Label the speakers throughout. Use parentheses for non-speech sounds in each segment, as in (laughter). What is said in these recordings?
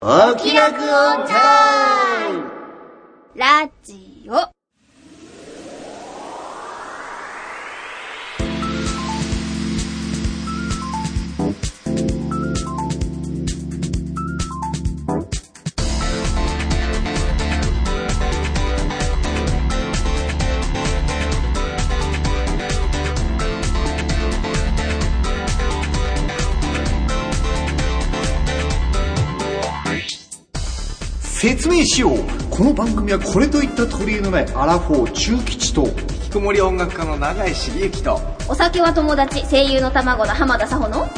Speaker 1: お気楽オンタイム
Speaker 2: ラジオ。
Speaker 3: 説明しようこの番組はこれといった取り柄のないアラフォー中吉と
Speaker 1: 引きこもり音楽家の永井茂之と
Speaker 2: お酒は友達、声優の卵の浜田さほの。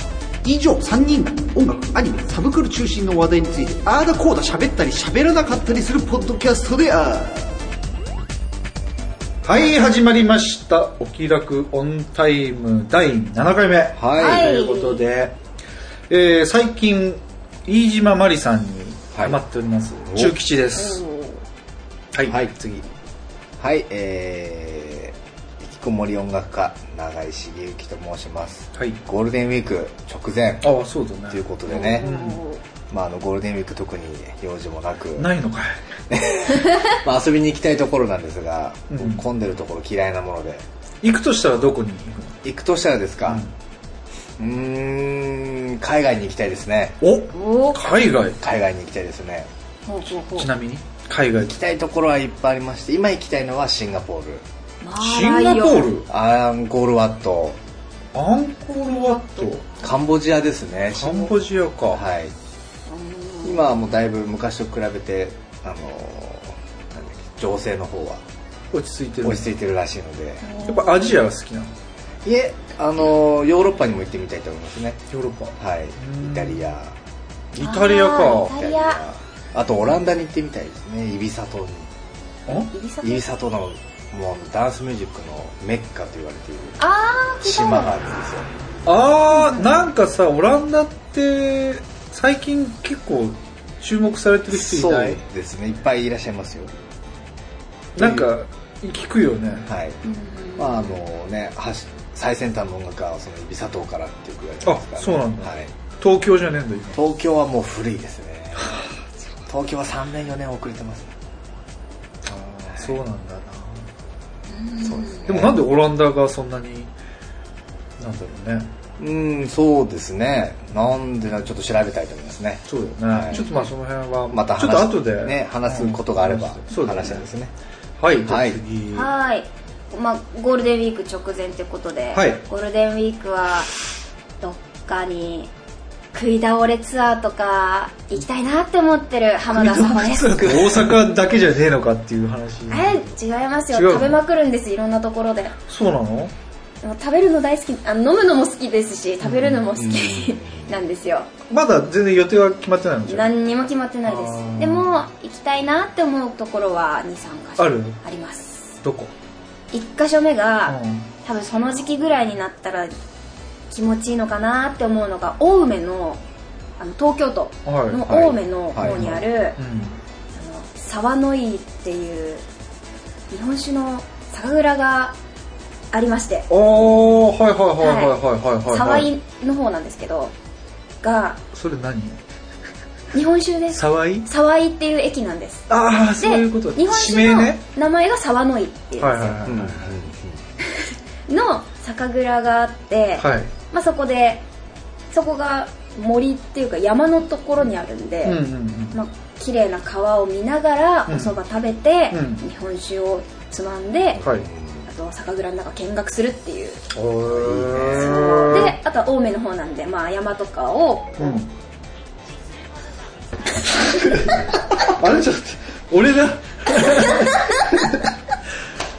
Speaker 3: 以上3人が音楽アニメサブクル中心の話題についてああだこうだ喋ったり喋らなかったりするポッドキャストである
Speaker 4: はい、始まりました。お気楽オンタイム第7回目。
Speaker 1: はい
Speaker 4: ということで、えー最近、飯島まりさんに
Speaker 1: はい
Speaker 4: ハマっております。
Speaker 1: お
Speaker 4: 中吉です。はい、
Speaker 1: はい
Speaker 4: 次。
Speaker 1: はいえー、引きこもり音楽家永井茂之と申します
Speaker 4: はい。
Speaker 1: ゴールデンウィーク直前
Speaker 4: ああ、そうだ
Speaker 1: という
Speaker 4: ね。
Speaker 1: ことでね、まあ、あのゴールデンウィーク特に用事もなく、
Speaker 4: ないのかい。
Speaker 1: まあ、遊びに行きたいところなんですが、
Speaker 4: うん
Speaker 1: 僕混んでるところ嫌いなもので
Speaker 4: 行くとしたらどこに行
Speaker 1: 行くとしたらですかうーん海外に行きたいですね
Speaker 4: くの
Speaker 2: お
Speaker 4: お海外。
Speaker 1: 海外に行きたいですね
Speaker 2: ほうほうほ
Speaker 4: ちなみに海外。
Speaker 1: 行きたいところはいっぱいありまして今行きたいのはシンガポール
Speaker 4: シンガポール、
Speaker 1: アンゴールワット
Speaker 4: アンコールワット、
Speaker 1: カンボジアですね
Speaker 4: カンボジアか。
Speaker 1: はい今はもうだいぶ昔と比べてあのーなんだっけ情勢の方は
Speaker 4: 落ち着いてる。
Speaker 1: 落ち着いてるらしいので
Speaker 4: やっぱアジアが好きなの
Speaker 1: いえあのーヨーロッパにも行ってみたいと思いますね
Speaker 4: ヨーロッパ。
Speaker 1: はい
Speaker 4: うん
Speaker 1: イタリア
Speaker 4: イタリア
Speaker 2: あー
Speaker 4: か
Speaker 2: イ
Speaker 1: イ
Speaker 2: タ。リ
Speaker 1: タリアあとオランダに行ってみたいですねイビサ島に
Speaker 4: あ
Speaker 2: イリサ
Speaker 1: イビサ島のもうダンスミュージックのメッカと言われている
Speaker 2: あー、聞いた
Speaker 1: 島
Speaker 2: こ
Speaker 1: があるんですよ
Speaker 4: あーなんかさオランダって最近結構注目されてる (laughs) 人い
Speaker 1: そ
Speaker 4: な
Speaker 1: う
Speaker 4: い
Speaker 1: ですねいっぱいいらっしゃいますよ
Speaker 4: なんか聞くよね
Speaker 1: はい、まああのねはし最先端の音楽はその指佐藤からっていうくらいですから、ね、
Speaker 4: あそうなんだ
Speaker 1: はい、
Speaker 4: 東京じゃねえんだ今
Speaker 1: 東京はもう古いです
Speaker 4: (laughs)
Speaker 1: ね東京は3年4年遅れてます、
Speaker 4: あーそうなんだな
Speaker 1: そうですね
Speaker 4: でもなんでオランダがそんなになんだろうね
Speaker 1: うんそうですねなんでなちょっと調べたいと思いますね
Speaker 4: そうだよね、
Speaker 1: はい
Speaker 4: ちょっとまあその辺は
Speaker 1: また話
Speaker 4: ちょっと後で、
Speaker 1: ね話すことがあれば
Speaker 4: うんそうだね
Speaker 1: 話したいですね
Speaker 4: はいじゃあ
Speaker 1: はい
Speaker 4: 次、
Speaker 2: とない。はーい。まあ、ゴールデンウィーク直前ってことで、
Speaker 4: はい
Speaker 2: ゴールデンウィークは、どっかに、食い倒れツアーとか、行きたいなって思ってる浜田さほです。
Speaker 4: 大阪だけじゃねえのかっていう話
Speaker 2: え、違いますよ。
Speaker 4: 違うの
Speaker 2: 食べまくるんです、いろんなところで。
Speaker 4: そうなの
Speaker 2: でも食べるの大好きあの飲むのも好きですし食べるのも好きなんですよ
Speaker 4: まだ全然予定は決まってないのじゃあ
Speaker 2: 何にも決まってないで
Speaker 4: あ
Speaker 2: す
Speaker 4: ー
Speaker 2: でも行きたいなって思うところは23箇所
Speaker 4: ある
Speaker 2: ります
Speaker 4: どこ、
Speaker 2: 1箇所目が、
Speaker 4: うん
Speaker 2: 多分その時期ぐらいになったら気持ちいいのかなって思うのが青梅のあの東京都の
Speaker 4: はい
Speaker 1: はい
Speaker 2: 青梅の方にある、
Speaker 4: う
Speaker 2: あ
Speaker 4: ん
Speaker 2: の沢の井っていう日本酒の酒蔵がありまして
Speaker 4: ああはいはいはいはいはいはいはい、はい、
Speaker 2: 沢井の方なんですけどが
Speaker 4: それ何
Speaker 2: 日本酒です
Speaker 4: 沢井
Speaker 2: 沢井っていう駅なんです
Speaker 4: ああ
Speaker 2: で
Speaker 4: そういうこと
Speaker 2: 日本
Speaker 4: 地
Speaker 2: 酒
Speaker 4: 名
Speaker 2: の
Speaker 4: ね
Speaker 2: 名前が沢の井っていうんですよ、
Speaker 4: はいはいはい、
Speaker 1: うんうん
Speaker 2: の酒蔵があって、
Speaker 4: はい
Speaker 2: まあ、そこでそこが森っていうか山のところにあるんで、
Speaker 4: うんうんうん
Speaker 2: まあ綺麗な川を見ながら
Speaker 4: うん
Speaker 2: おそば食べて、
Speaker 4: うん
Speaker 2: 日本酒をつまんで、
Speaker 4: はい
Speaker 2: あとは酒蔵の中見学するっていう、
Speaker 4: お
Speaker 2: であとは青梅の方なんで、まあ、山とかを
Speaker 4: うん、あれちょっと俺だ
Speaker 1: (laughs)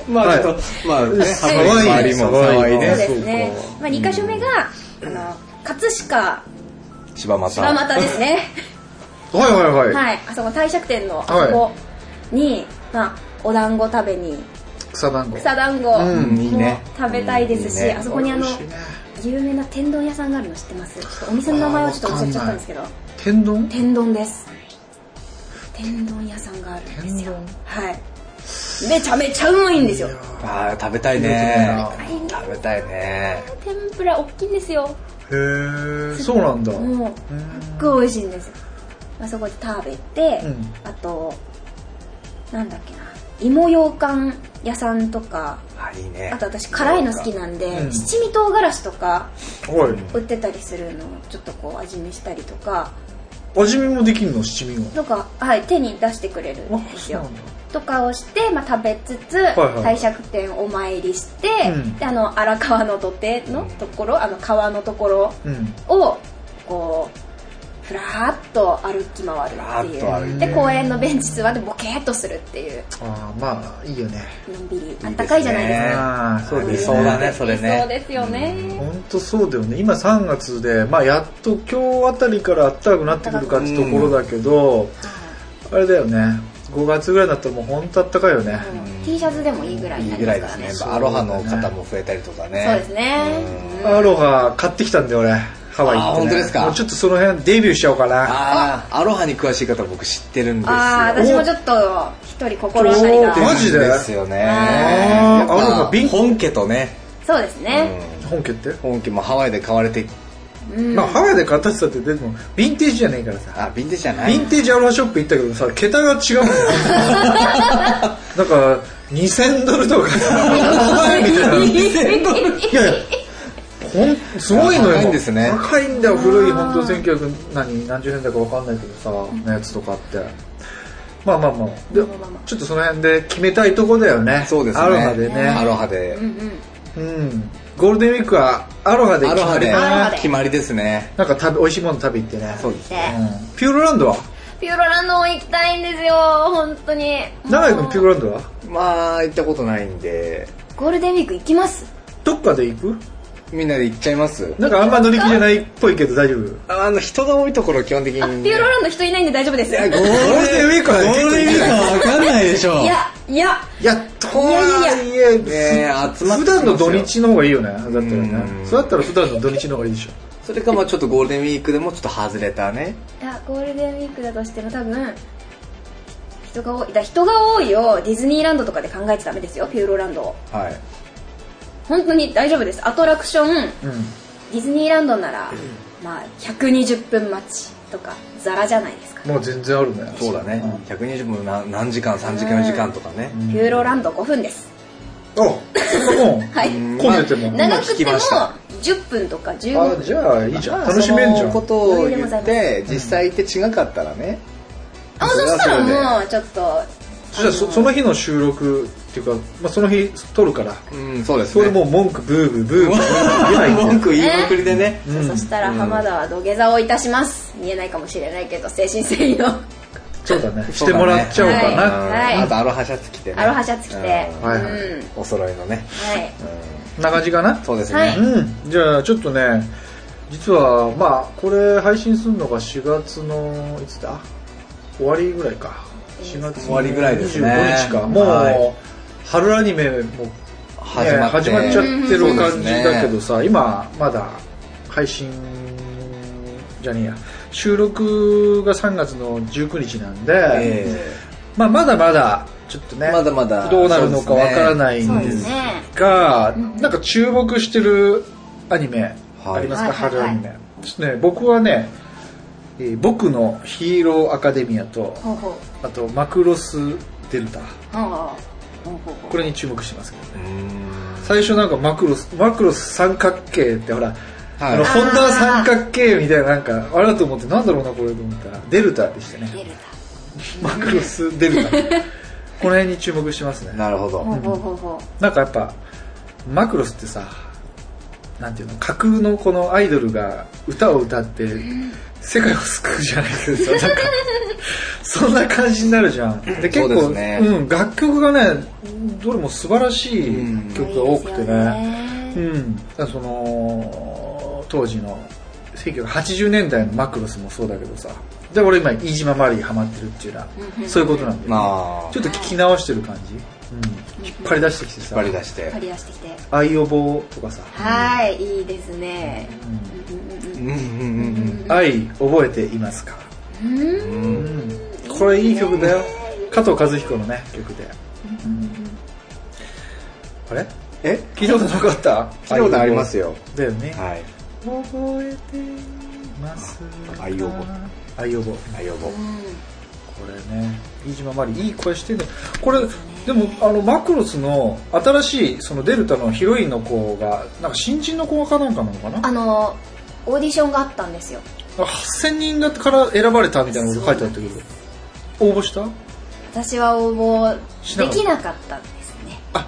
Speaker 1: まあちょっと、まあね
Speaker 4: 騒い
Speaker 1: 周りも騒い
Speaker 4: え
Speaker 2: そう
Speaker 4: 騒
Speaker 1: ね
Speaker 4: い
Speaker 2: ですね
Speaker 4: そうか
Speaker 2: まあ、2箇所目が、あの葛飾
Speaker 1: 柴又
Speaker 2: 柴又ですね
Speaker 4: はいはいはい、
Speaker 2: はいあそこ帝釈天のあそこに、まあ、お団子食べに
Speaker 4: 草団子
Speaker 2: 草団子
Speaker 4: うん
Speaker 1: いいね
Speaker 2: 食べたいです
Speaker 1: うん
Speaker 2: し、
Speaker 1: いいね
Speaker 2: あそこにあの
Speaker 4: 美味しいね
Speaker 2: 有名な天丼屋さんがあるの知ってますちょっとお店の名前をちょっと忘れちゃったんですけど
Speaker 4: 天丼
Speaker 2: 天丼です天丼屋さんがあるんですよはいめちゃめちゃうまいんですよ
Speaker 1: ああ食べたい
Speaker 4: いい
Speaker 1: ね
Speaker 4: な
Speaker 1: 食べたいね
Speaker 2: 天ぷら大きいんですよ
Speaker 4: へえそうなんだ、
Speaker 2: もうすっごい美味しいんですよあそこで食べて、
Speaker 4: うん
Speaker 2: あとなんだっけな芋羊羹屋さんとか
Speaker 1: あいいね
Speaker 2: あと私辛いの好きなんで、
Speaker 4: うん
Speaker 2: 七味唐辛子とか
Speaker 4: は
Speaker 2: 売ってたりするのをちょっとこう味見したりとか
Speaker 4: い味見もできるの七味が
Speaker 2: とか、はい、手に出してくれるん
Speaker 4: あ
Speaker 2: です
Speaker 4: そう
Speaker 2: よ
Speaker 4: なんだ
Speaker 2: とかをして、まあ、食べつつ、
Speaker 4: はいはい
Speaker 2: 帝釈天お参りして、
Speaker 4: うん
Speaker 2: であの荒川の土手のところあの川のところ
Speaker 4: うん
Speaker 2: をこうふらーっと歩き回るっ
Speaker 1: ふ
Speaker 2: て
Speaker 1: らーっと
Speaker 2: い
Speaker 1: 歩
Speaker 2: う
Speaker 1: い
Speaker 4: て
Speaker 2: で公園のベンチ座ってボケーっとするっていう
Speaker 4: ああまあいいよね
Speaker 2: のんびりあったかいじゃないですか
Speaker 1: ね
Speaker 4: ああそう
Speaker 1: 理
Speaker 4: です
Speaker 1: 想だねそれ
Speaker 2: そう
Speaker 1: ね
Speaker 2: ですよね、
Speaker 4: 本当そうだよね今3月で、まあ、やっと今日あたりから暖かくなってくるかってところだけど、あれだよね5月ぐらいだったらもう本当暖かいよね、
Speaker 2: うん T シャツでもいいぐらいに
Speaker 1: いい
Speaker 2: な
Speaker 1: ぐら
Speaker 2: りま
Speaker 1: いで
Speaker 2: すから
Speaker 1: す
Speaker 2: ね
Speaker 1: ね
Speaker 4: そうだね
Speaker 1: アロハの方も増えたりとかね
Speaker 2: そうですね、うん
Speaker 4: アロハ買ってきたんだよ俺ハワイ行
Speaker 1: あ
Speaker 4: って、ね、
Speaker 1: 本当ですか
Speaker 4: もうちょっとその辺デビューしちゃおうかな
Speaker 1: ああアロハに詳しい方僕知ってるんですよ
Speaker 2: ああ私もちょっと一人心当たりが
Speaker 4: おマジで
Speaker 1: ですよね
Speaker 2: あ
Speaker 4: ー
Speaker 1: やっぱ
Speaker 4: アロハ瓶
Speaker 1: 本家とね、
Speaker 2: そうですね、
Speaker 4: 本家って、
Speaker 1: 本家もハワイで買われて
Speaker 2: うん
Speaker 4: まあハワイで買ったって言ったってでもヴィンテージじゃねえからさ
Speaker 1: あビンテージじゃな
Speaker 4: ヴ
Speaker 1: い
Speaker 4: ィンテージアロハショップ行ったけどさ桁が
Speaker 1: (laughs)
Speaker 4: 違うのよなんか2000ド
Speaker 1: (laughs)
Speaker 4: ルとかさみたいないやいやほんすごいのよ
Speaker 1: 高いんですね
Speaker 4: 高いんだよ古い本当1900何何十年代か分かんないけどさのやつとかってまあまあまあで
Speaker 2: まあまあまあ
Speaker 4: ちょっとその辺で決めたいとこだよね
Speaker 1: そうですね
Speaker 4: アロハでね
Speaker 1: アロハで
Speaker 2: うんうん
Speaker 4: うんゴールデンウィークはアロハで
Speaker 1: ア
Speaker 4: 決
Speaker 1: ロ
Speaker 4: ま
Speaker 1: ハ
Speaker 4: り
Speaker 1: で
Speaker 4: だね
Speaker 2: アロハで
Speaker 1: 決まりですね
Speaker 4: なんか食べ美味しいもの食べ行ってね
Speaker 1: そうです
Speaker 2: で
Speaker 4: うんピューロランドは
Speaker 2: ピューロランドも行きたいんですよ本当に
Speaker 4: 長井君ピューロランドは
Speaker 1: まあ行ったことないんで
Speaker 2: ゴールデンウィーク行きます
Speaker 4: どっかで行く
Speaker 1: みんなで行っちゃいます
Speaker 4: なんかあんま乗り気じゃないっぽいけど大丈夫
Speaker 1: あの人が多いところ基本的に
Speaker 2: あピューロランド人いないんで大丈夫です
Speaker 1: いやゴ
Speaker 2: い
Speaker 1: ールデンウィークは
Speaker 4: ゴールデンウィークは
Speaker 1: わかんないでしょ
Speaker 2: やいや
Speaker 4: いやとはいえ
Speaker 1: ねえ集まって
Speaker 4: 普
Speaker 1: きますよ
Speaker 4: 段の土日の方がいいよねだったら
Speaker 1: う
Speaker 4: ね
Speaker 1: ん
Speaker 4: そうだったら普段の土日の方がいいでしょ
Speaker 1: それかまあちょっとゴールデンウィークでもちょっと外れたね
Speaker 2: いやゴールデンウィークだとしても多分人が多いだ人が多いをディズニーランドとかで考えちゃダメですよピューロランドを
Speaker 1: はい
Speaker 2: 本当に大丈夫ですアトラクション
Speaker 4: うん
Speaker 2: ディズニーランドなら、まあ120分待ちとかザラじゃないですか、
Speaker 4: もう全然あるね
Speaker 1: そうだね120分な何時間3時間4時間とかね
Speaker 2: ピューロランド5分です
Speaker 4: あそんなもん
Speaker 2: はい
Speaker 1: ん
Speaker 4: 混んでても
Speaker 1: な
Speaker 2: 長く
Speaker 1: 聞き
Speaker 2: ても
Speaker 1: ました
Speaker 2: 10分とか15
Speaker 4: あ
Speaker 2: 分
Speaker 4: じゃあいいじゃん
Speaker 1: まあ
Speaker 4: 楽しめんじゃ
Speaker 1: そのこ
Speaker 4: ん
Speaker 1: とを
Speaker 2: 余裕で
Speaker 1: 言
Speaker 2: ござい
Speaker 1: っ
Speaker 2: ま
Speaker 1: て
Speaker 2: す
Speaker 1: 実際行って違かったらね
Speaker 2: あそしたらもうちょっと
Speaker 4: じゃあそその日の収録っていうか、まあ、その日撮るから
Speaker 1: うんそうです
Speaker 4: それ
Speaker 1: ね
Speaker 4: でもう文句ブーブーブーブーブー言えばい
Speaker 1: (laughs)
Speaker 4: いんだよ
Speaker 1: 文句言いまくりでね
Speaker 2: そうそしたら浜田は土下座をいたします見えないかもしれないけど精神誠意の
Speaker 4: そうだねしてもらっちゃおうかな、
Speaker 2: はいうは
Speaker 1: ん
Speaker 2: い
Speaker 1: あとアロハシャツ着てね
Speaker 2: アロハシャツ着て、
Speaker 1: うん
Speaker 4: はいはい
Speaker 2: うんはい
Speaker 1: お揃いのね
Speaker 4: こんな感じかな
Speaker 1: そうです
Speaker 2: はい
Speaker 1: ね
Speaker 4: うんじゃあちょっとね実はまあこれ配信するのが4月のいつだ終わりぐらいか4月の
Speaker 1: 終わりぐらいですね
Speaker 4: 25日かもう、
Speaker 1: は
Speaker 4: 春アニメも、ね
Speaker 1: 始まって
Speaker 4: 始まっちゃってる感じだけ
Speaker 1: そうで
Speaker 4: どさ、今まだ配信じゃねえや収録が3月の19日なんで、
Speaker 1: え
Speaker 4: まあ、まだまだちょっとね
Speaker 1: まだまだ
Speaker 4: どうなるのかわからない
Speaker 2: そ
Speaker 4: ん
Speaker 2: う
Speaker 4: で
Speaker 2: ですすね
Speaker 4: が、なんか注目してるアニメ
Speaker 1: はい
Speaker 4: ありますか、
Speaker 2: はい
Speaker 4: 春アニメ、ちょっとね僕はね、えー僕のヒーローアカデミアと
Speaker 2: ほうほう
Speaker 4: あとマクロスデルタ
Speaker 2: ほうほうほうほうほう
Speaker 4: これに注目してますけど
Speaker 1: うーん
Speaker 4: 最初なんかマクロスマクロス三角形ってほら、
Speaker 1: はい
Speaker 4: あの本田三角形みたいななんかあれだと思ってなんだろうなこれと思ったらデルタでしたね
Speaker 2: 出るだ
Speaker 4: マクロス
Speaker 2: (laughs)
Speaker 4: デルタこの辺に注目してますね
Speaker 1: なるほど
Speaker 2: ほうほうほうほ
Speaker 4: なんかやっぱマクロスってさなんていうの架空のこのアイドルが歌を歌って世界を救うじゃないですかなんかそんな感じになるじゃんで結
Speaker 1: そうで
Speaker 4: 構
Speaker 1: すね
Speaker 4: うん、楽曲がねどれも素晴らしい曲が
Speaker 2: う
Speaker 4: 多くて
Speaker 2: いいですよ
Speaker 4: ね
Speaker 2: ね
Speaker 4: うんだからその当時の1980年代のマクロスもそうだけどさで俺今飯島マリーハマってるっていうのは
Speaker 2: うんうん
Speaker 4: そういうことなんだよね、
Speaker 1: まあ
Speaker 4: ちょっと聞き直してる感じ、うん、引っ張り出してきてさ
Speaker 1: 引っ張り出して
Speaker 2: 取り出してきて
Speaker 4: アイオボとかさ、
Speaker 2: はいいいですね
Speaker 1: うんうん
Speaker 4: 愛覚えていますか、
Speaker 2: うんうんうん
Speaker 1: うんう
Speaker 4: うんん、これいい曲だよ加藤和彦のね曲で、あれ
Speaker 1: え
Speaker 4: 聞いたことなかった
Speaker 1: 聞いたことありますよ
Speaker 4: だよね
Speaker 1: はい
Speaker 4: 覚えていますか
Speaker 1: 愛を
Speaker 4: 愛用語こ
Speaker 1: あ呼ぼう
Speaker 4: れね飯島まりいい声してるねこれでもあのマクロスの新しいそのデルタのヒロインの子がなんか新人の子かなんかなのかな
Speaker 2: あのオーディションがあったんですよ
Speaker 4: 8000人だから選ばれたみたいなこと書いてあったけど応募した
Speaker 2: 私は応募
Speaker 4: しな
Speaker 2: で
Speaker 4: かった
Speaker 2: きなかったんですね
Speaker 4: あ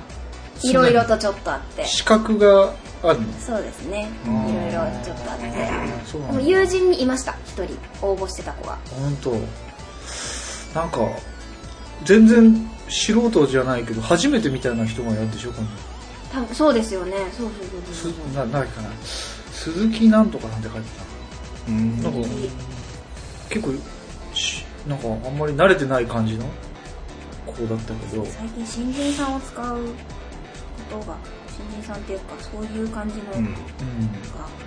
Speaker 2: いろいろとちょっとあって
Speaker 4: 資格があるの
Speaker 2: そうですねい
Speaker 4: ん
Speaker 2: ろいろちょっとあって
Speaker 4: そうな
Speaker 2: で
Speaker 4: ん
Speaker 2: も
Speaker 4: だ
Speaker 2: 友人にいました一人応募してた子が
Speaker 4: 本当なんか全然素人じゃないけど初めてみたいな人がやるんでしょ今度
Speaker 2: 多分そうですよねそうそう
Speaker 4: す
Speaker 2: そうそう
Speaker 4: なないかな鈴木なんとかなんて書いて
Speaker 1: うん
Speaker 4: たのなんか結構しなんかあんまり慣れてない感じの子だったけど
Speaker 2: 最近新人さんを使うことが新人さんっていうかそういう感じの
Speaker 1: うん
Speaker 4: うん
Speaker 2: が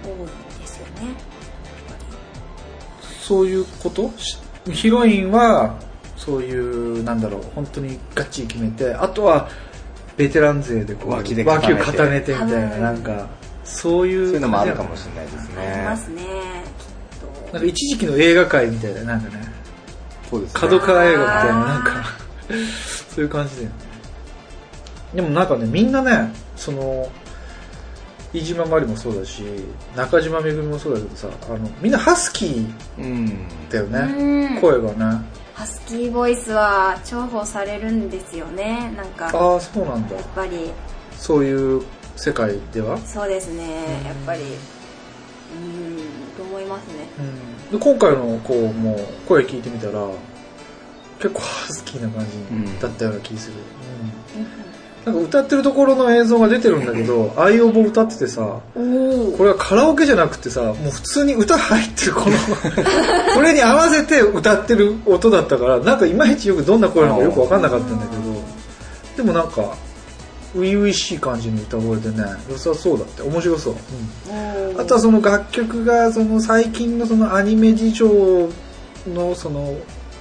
Speaker 2: 多いですよね
Speaker 4: そういうことしヒロインはそういうなんだろう本当にガッチリ決めてあとはベテラン勢でこう
Speaker 1: 脇で固
Speaker 4: 脇
Speaker 1: め
Speaker 4: を
Speaker 1: て
Speaker 4: 固めてみたいな
Speaker 2: うん
Speaker 4: なんかそういう
Speaker 1: そういうのもあるかも
Speaker 4: 感
Speaker 1: しれないです
Speaker 2: あり
Speaker 1: ね
Speaker 2: ますね
Speaker 4: じ
Speaker 2: きっ
Speaker 4: な
Speaker 2: と
Speaker 4: んか一時期の映画界みたいななんかね
Speaker 1: そうですね
Speaker 4: 角川映画みたいななん
Speaker 2: あ
Speaker 4: かそういう感じだよねでもなんかねみんなねその飯島真理もそうだし中島めぐみもそうだけどさあのみんなハスキー
Speaker 1: うん
Speaker 4: だよね
Speaker 2: うん
Speaker 4: 声がね
Speaker 2: ハスキーボイスは重宝されるんですよねなんかやっ
Speaker 4: ああそうなんだ
Speaker 2: ぱり
Speaker 4: そういう世界では、
Speaker 2: そうですね
Speaker 4: うん
Speaker 2: やっぱりうんと思いますね
Speaker 4: で今回のこうもう声聞いてみたら結構ハスキーな感
Speaker 1: うん
Speaker 4: じだったような気する、なんか歌ってるところの映像が出てるんだけど「愛をぼ」歌っててさ
Speaker 2: お
Speaker 4: これはカラオケじゃなくてさもう普通に歌入ってるこ
Speaker 1: (laughs)
Speaker 4: のこれに合わせて歌ってる音だったからなんかいまいちよくどんな声なのかよく分かんなかったんだけどでもなんか初々しい感じの歌声でね良さそうだって面白そう、うんあとはその楽曲がその最近のそのアニメ事情のその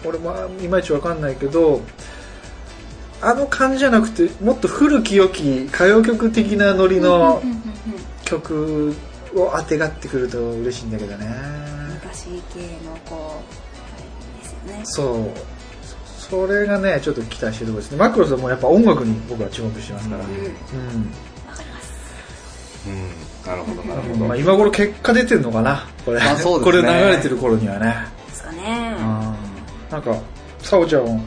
Speaker 4: 俺もいまいちわかんないけどあの感じじゃなくてもっと古き良き歌謡曲的なノリの曲をあてがってくると嬉しいんだけどね
Speaker 2: 昔系のこうですよね
Speaker 4: そうそれがねちょっと期待してるところですねマクロスはもうやっぱ音楽に僕は注目してますから、
Speaker 1: う
Speaker 4: うんん
Speaker 1: うんなるほどなるほ
Speaker 4: まあ、
Speaker 1: ど
Speaker 4: 今頃結果出てるのかなこれ,、
Speaker 1: まあそう
Speaker 4: こ
Speaker 1: で
Speaker 4: れ
Speaker 1: すね
Speaker 4: 流れてる頃にはね
Speaker 2: ですかね
Speaker 4: なんか、さおちゃん、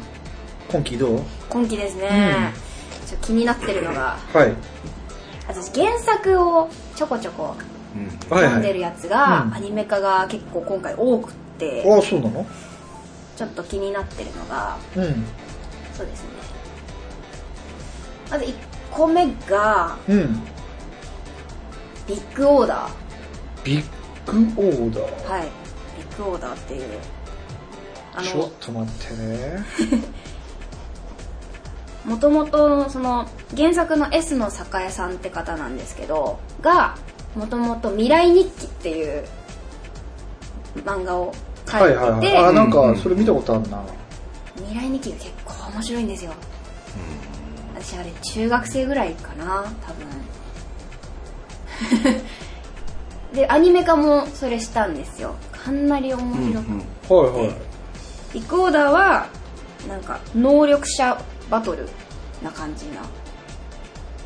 Speaker 4: 今期どう
Speaker 2: 今期ですねちょっと気になってるのが
Speaker 4: はい。
Speaker 2: 私原作をちょこちょこ
Speaker 1: うん
Speaker 4: はい
Speaker 2: 読ん
Speaker 4: は
Speaker 2: で
Speaker 4: い。
Speaker 2: るやつが
Speaker 4: うん
Speaker 2: アニメ化が結構今回多くって
Speaker 4: ああ、そうなの
Speaker 2: ちょっと気になってるのが
Speaker 4: うん。
Speaker 2: そうですねまず1個目が
Speaker 4: うん。
Speaker 2: ビッグオーダー
Speaker 4: ビッグオーダー。
Speaker 2: はいビッグオーダーっていうあ
Speaker 4: ちょっと待ってね。
Speaker 2: のもともとその原作の S の栄さんって方なんですけどがもともと「未来日記」っていう漫画を書い
Speaker 4: は
Speaker 2: て
Speaker 4: い
Speaker 2: て、
Speaker 4: はいはい。ああ、なん
Speaker 1: う
Speaker 4: か、
Speaker 1: ん
Speaker 4: それ見たことあるな。
Speaker 2: 未来日記が結構面白いんですよ、私あれ中学生ぐらいかな多分 (laughs) でアニメ化もそれしたんですよかなり面
Speaker 1: うんう
Speaker 2: 白く、
Speaker 1: ん
Speaker 4: はいはい。
Speaker 2: リコーダーはなんか能力者バトルな感じな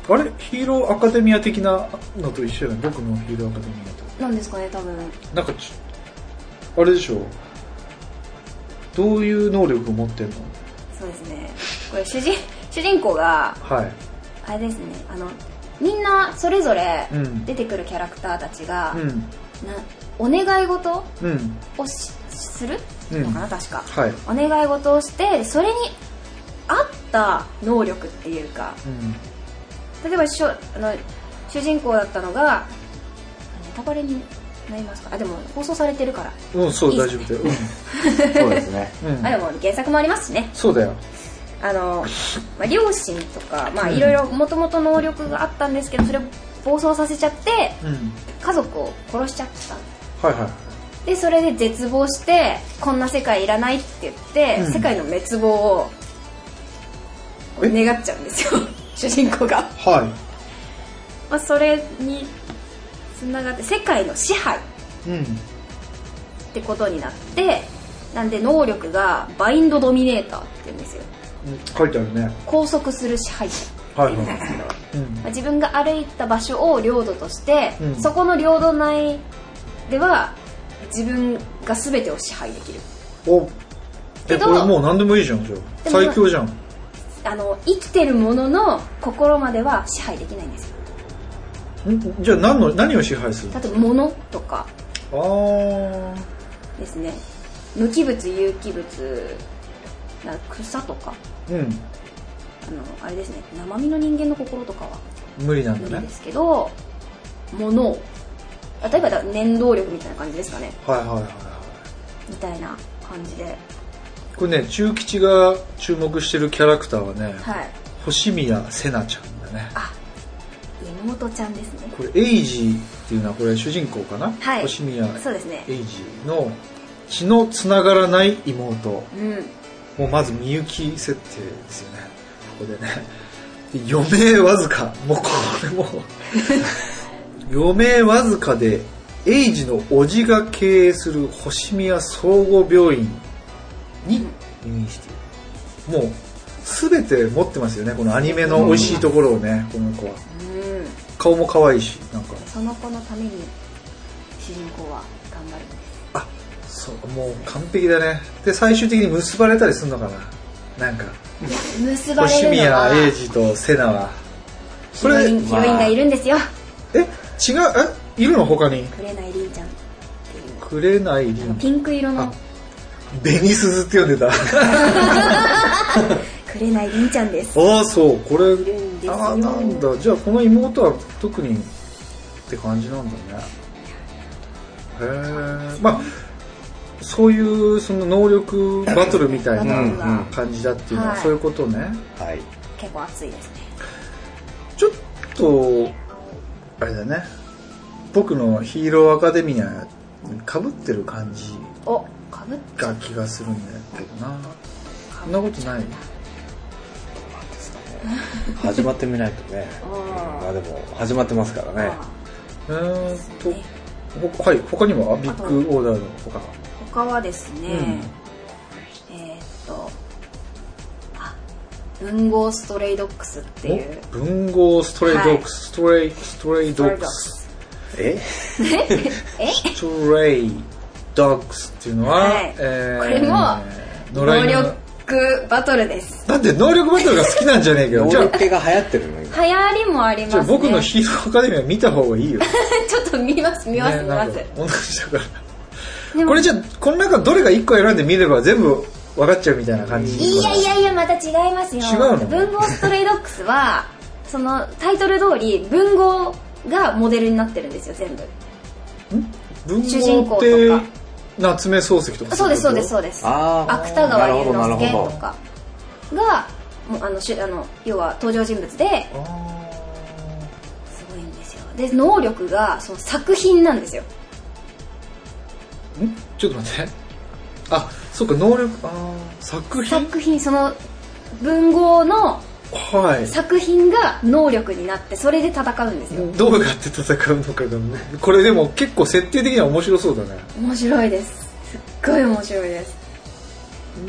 Speaker 4: あれヒーローアカデミア的なのと一緒やね。僕のヒーローアカデミア
Speaker 2: なんですかね多分
Speaker 4: と。なんかち、あれでしょどういう能力を持ってんの
Speaker 2: そうですねこれ主人主人公が
Speaker 4: はい。
Speaker 2: あれですねあのみんなそれぞれ
Speaker 4: うん
Speaker 2: 出てくるキャラクターたちが、
Speaker 4: うん。
Speaker 2: なお願い事
Speaker 4: うん。
Speaker 2: をしする
Speaker 4: うん
Speaker 2: のかな、確か、
Speaker 4: はい。
Speaker 2: お願い事をしてそれに合った能力っていうか
Speaker 4: うん。
Speaker 2: 例えばしょあの主人公だったのがネタバレになりますかあでも放送されてるから、
Speaker 4: うん、そう、
Speaker 2: いいっ
Speaker 4: 大
Speaker 2: す
Speaker 4: 丈
Speaker 2: ね
Speaker 4: 夫だ
Speaker 1: そ
Speaker 4: よ。
Speaker 1: うですね
Speaker 4: うん。うん
Speaker 2: あでも原作もありますしね
Speaker 4: そうだよ。
Speaker 2: あの、まあ、両親とかまあいろいろもともと能力があったんですけどそれを暴走させちゃって
Speaker 4: うん。
Speaker 2: 家族を殺しちゃった
Speaker 4: はいはい。
Speaker 2: でそれで絶望してこんな世界いらないって言って、
Speaker 4: うん
Speaker 2: 世界の滅亡を
Speaker 4: え
Speaker 2: 願っちゃうんですよ (laughs) 主人公が、
Speaker 4: は
Speaker 2: まあ、それにつながって世界の支配っ
Speaker 4: い。うん。
Speaker 2: てことになってなんで能力がバインドドミネーターって言うんですよ
Speaker 4: 書いてあるね
Speaker 2: 拘束する支配者
Speaker 4: はい
Speaker 2: っていうん
Speaker 4: は
Speaker 2: ですけど、
Speaker 4: い、うん
Speaker 2: まあ自分が歩いた場所を領土として、
Speaker 4: うん
Speaker 2: そこの領土内では自分が全てを支配できる
Speaker 4: おえ
Speaker 2: けど
Speaker 4: これもう何でもいいじゃんじゃ
Speaker 2: で
Speaker 4: あ
Speaker 2: も
Speaker 4: 最強じゃん
Speaker 2: あの生きてるものの心までは支配できないんですよ
Speaker 4: んじゃあ何の何を支配するの
Speaker 2: 例えば物とか
Speaker 4: ああ
Speaker 2: ですね無機物有機物な草とか
Speaker 4: うん
Speaker 2: あのあれですね生身の人間の心とかは
Speaker 4: 無理なん
Speaker 2: 無
Speaker 4: だ
Speaker 2: 理
Speaker 4: ね
Speaker 2: ですけど物を例えばだ念動力みたいな感じですかね
Speaker 4: はいはいはいはい
Speaker 2: みたいな感じで
Speaker 4: これね中吉が注目してるキャラクターはね、
Speaker 2: はい
Speaker 4: 星宮瀬奈ちゃんだね
Speaker 2: あ妹ちゃんですね
Speaker 4: これエイジっていうのはこれ主人公かな、
Speaker 2: はい
Speaker 4: 星宮
Speaker 2: そうですね
Speaker 4: エイジの血のつながらない妹
Speaker 2: うん
Speaker 4: もうまずみゆき設定ですよねここでねで余命わずかもうこ
Speaker 2: (laughs)
Speaker 4: れも余命わずかでエイジの叔父が経営する星宮総合病院に入院しているもう全て持ってますよねこのアニメの美味しいところをねこの子は
Speaker 2: うん
Speaker 4: 顔も可愛いしなんか
Speaker 2: その子のために主人公は頑張るんで
Speaker 4: あそうもう完璧だねで最終的に結ばれたりするのかななんか
Speaker 2: す結ばれ
Speaker 4: 星
Speaker 2: るのは
Speaker 4: 宮英二と瀬名は
Speaker 2: ヒ
Speaker 4: こ
Speaker 2: ロ
Speaker 4: れ
Speaker 2: インヒロインがいるんですよ
Speaker 4: え違うえいるの他に
Speaker 2: くれないりんちゃんっていう
Speaker 4: くれない
Speaker 2: あのピンク色
Speaker 4: あ
Speaker 2: の
Speaker 4: 紅鈴って呼ん (laughs) でた
Speaker 2: くれないりんちゃんです
Speaker 4: ああそうこれ
Speaker 2: るんですよ
Speaker 4: ああなんだじゃあこの妹は特にって感じなんだねへえまあそういうその能力バトルみたい
Speaker 1: うんう
Speaker 4: なん
Speaker 2: は
Speaker 4: 感じだっていうのは、
Speaker 2: はい
Speaker 4: そういうことね (laughs)
Speaker 1: はい
Speaker 2: 結構熱いですね
Speaker 4: ちょっと、あれだね。僕のヒーローアカデミアに被ってる感じ
Speaker 2: おかぶっちゃ
Speaker 4: が
Speaker 2: う
Speaker 4: 気がするんだけどな。そんなことない。
Speaker 1: 始まってみないとね
Speaker 2: あ
Speaker 1: まあでも始まってますからね
Speaker 4: うーん
Speaker 2: ー
Speaker 4: と
Speaker 2: ね、
Speaker 4: ほはい、他にもあビッグオーダーの他。
Speaker 2: 他はですね、えーっとあ文豪ストレイドックスっていう
Speaker 4: お文豪ストレイドッ
Speaker 2: はい
Speaker 4: クス、ストレイ、ストレイドックス、
Speaker 1: え
Speaker 4: ストレイドックスっていうのは、
Speaker 2: はい
Speaker 4: えー
Speaker 2: これも
Speaker 4: 野良
Speaker 2: 能
Speaker 4: 犬
Speaker 2: 力バトルです
Speaker 4: だって能力バトルが好きなんじゃねえけど、
Speaker 1: 能
Speaker 4: じゃあ
Speaker 1: 力系が流行ってるの今
Speaker 2: 流行りもあります
Speaker 4: じゃあ
Speaker 2: ね
Speaker 4: 僕のヒーローアカデミア見た方がいいよ。
Speaker 2: ちょっと見ます見ます、
Speaker 4: ね
Speaker 2: 見
Speaker 4: な
Speaker 2: ま
Speaker 4: ん
Speaker 2: す
Speaker 4: か同じだから。
Speaker 2: でも
Speaker 4: これじゃあこの中どれが1個選んで見れば全部分かっちゃうみたいな感じ
Speaker 2: いやいやいやまた違いますよ
Speaker 4: 違うの
Speaker 2: 文豪ストレイドックスはそのタイトル通り文豪がモデルになってるんですよ全部
Speaker 4: 文
Speaker 2: 主人
Speaker 4: 豪
Speaker 2: 公
Speaker 4: っ
Speaker 2: と
Speaker 4: て
Speaker 2: か
Speaker 4: 夏目漱石とか
Speaker 2: そうですそうです
Speaker 4: う
Speaker 2: そうです
Speaker 1: あー
Speaker 2: 芥川龍
Speaker 1: なる
Speaker 2: 之
Speaker 1: ほどな
Speaker 2: 介
Speaker 1: るほ
Speaker 2: と
Speaker 1: ど
Speaker 2: かがもうあの主あの要は登場人物ですごいんですよで能力がその作品なんですよ
Speaker 4: んちょっと待ってあそっか能力あー作品
Speaker 2: 作品その文豪の
Speaker 4: はい
Speaker 2: 作品が能力になってそれで戦うんですよ
Speaker 4: どうやって戦うのかがこれでも結構設定的には面白そうだね
Speaker 2: 面白いですすっごい面白いです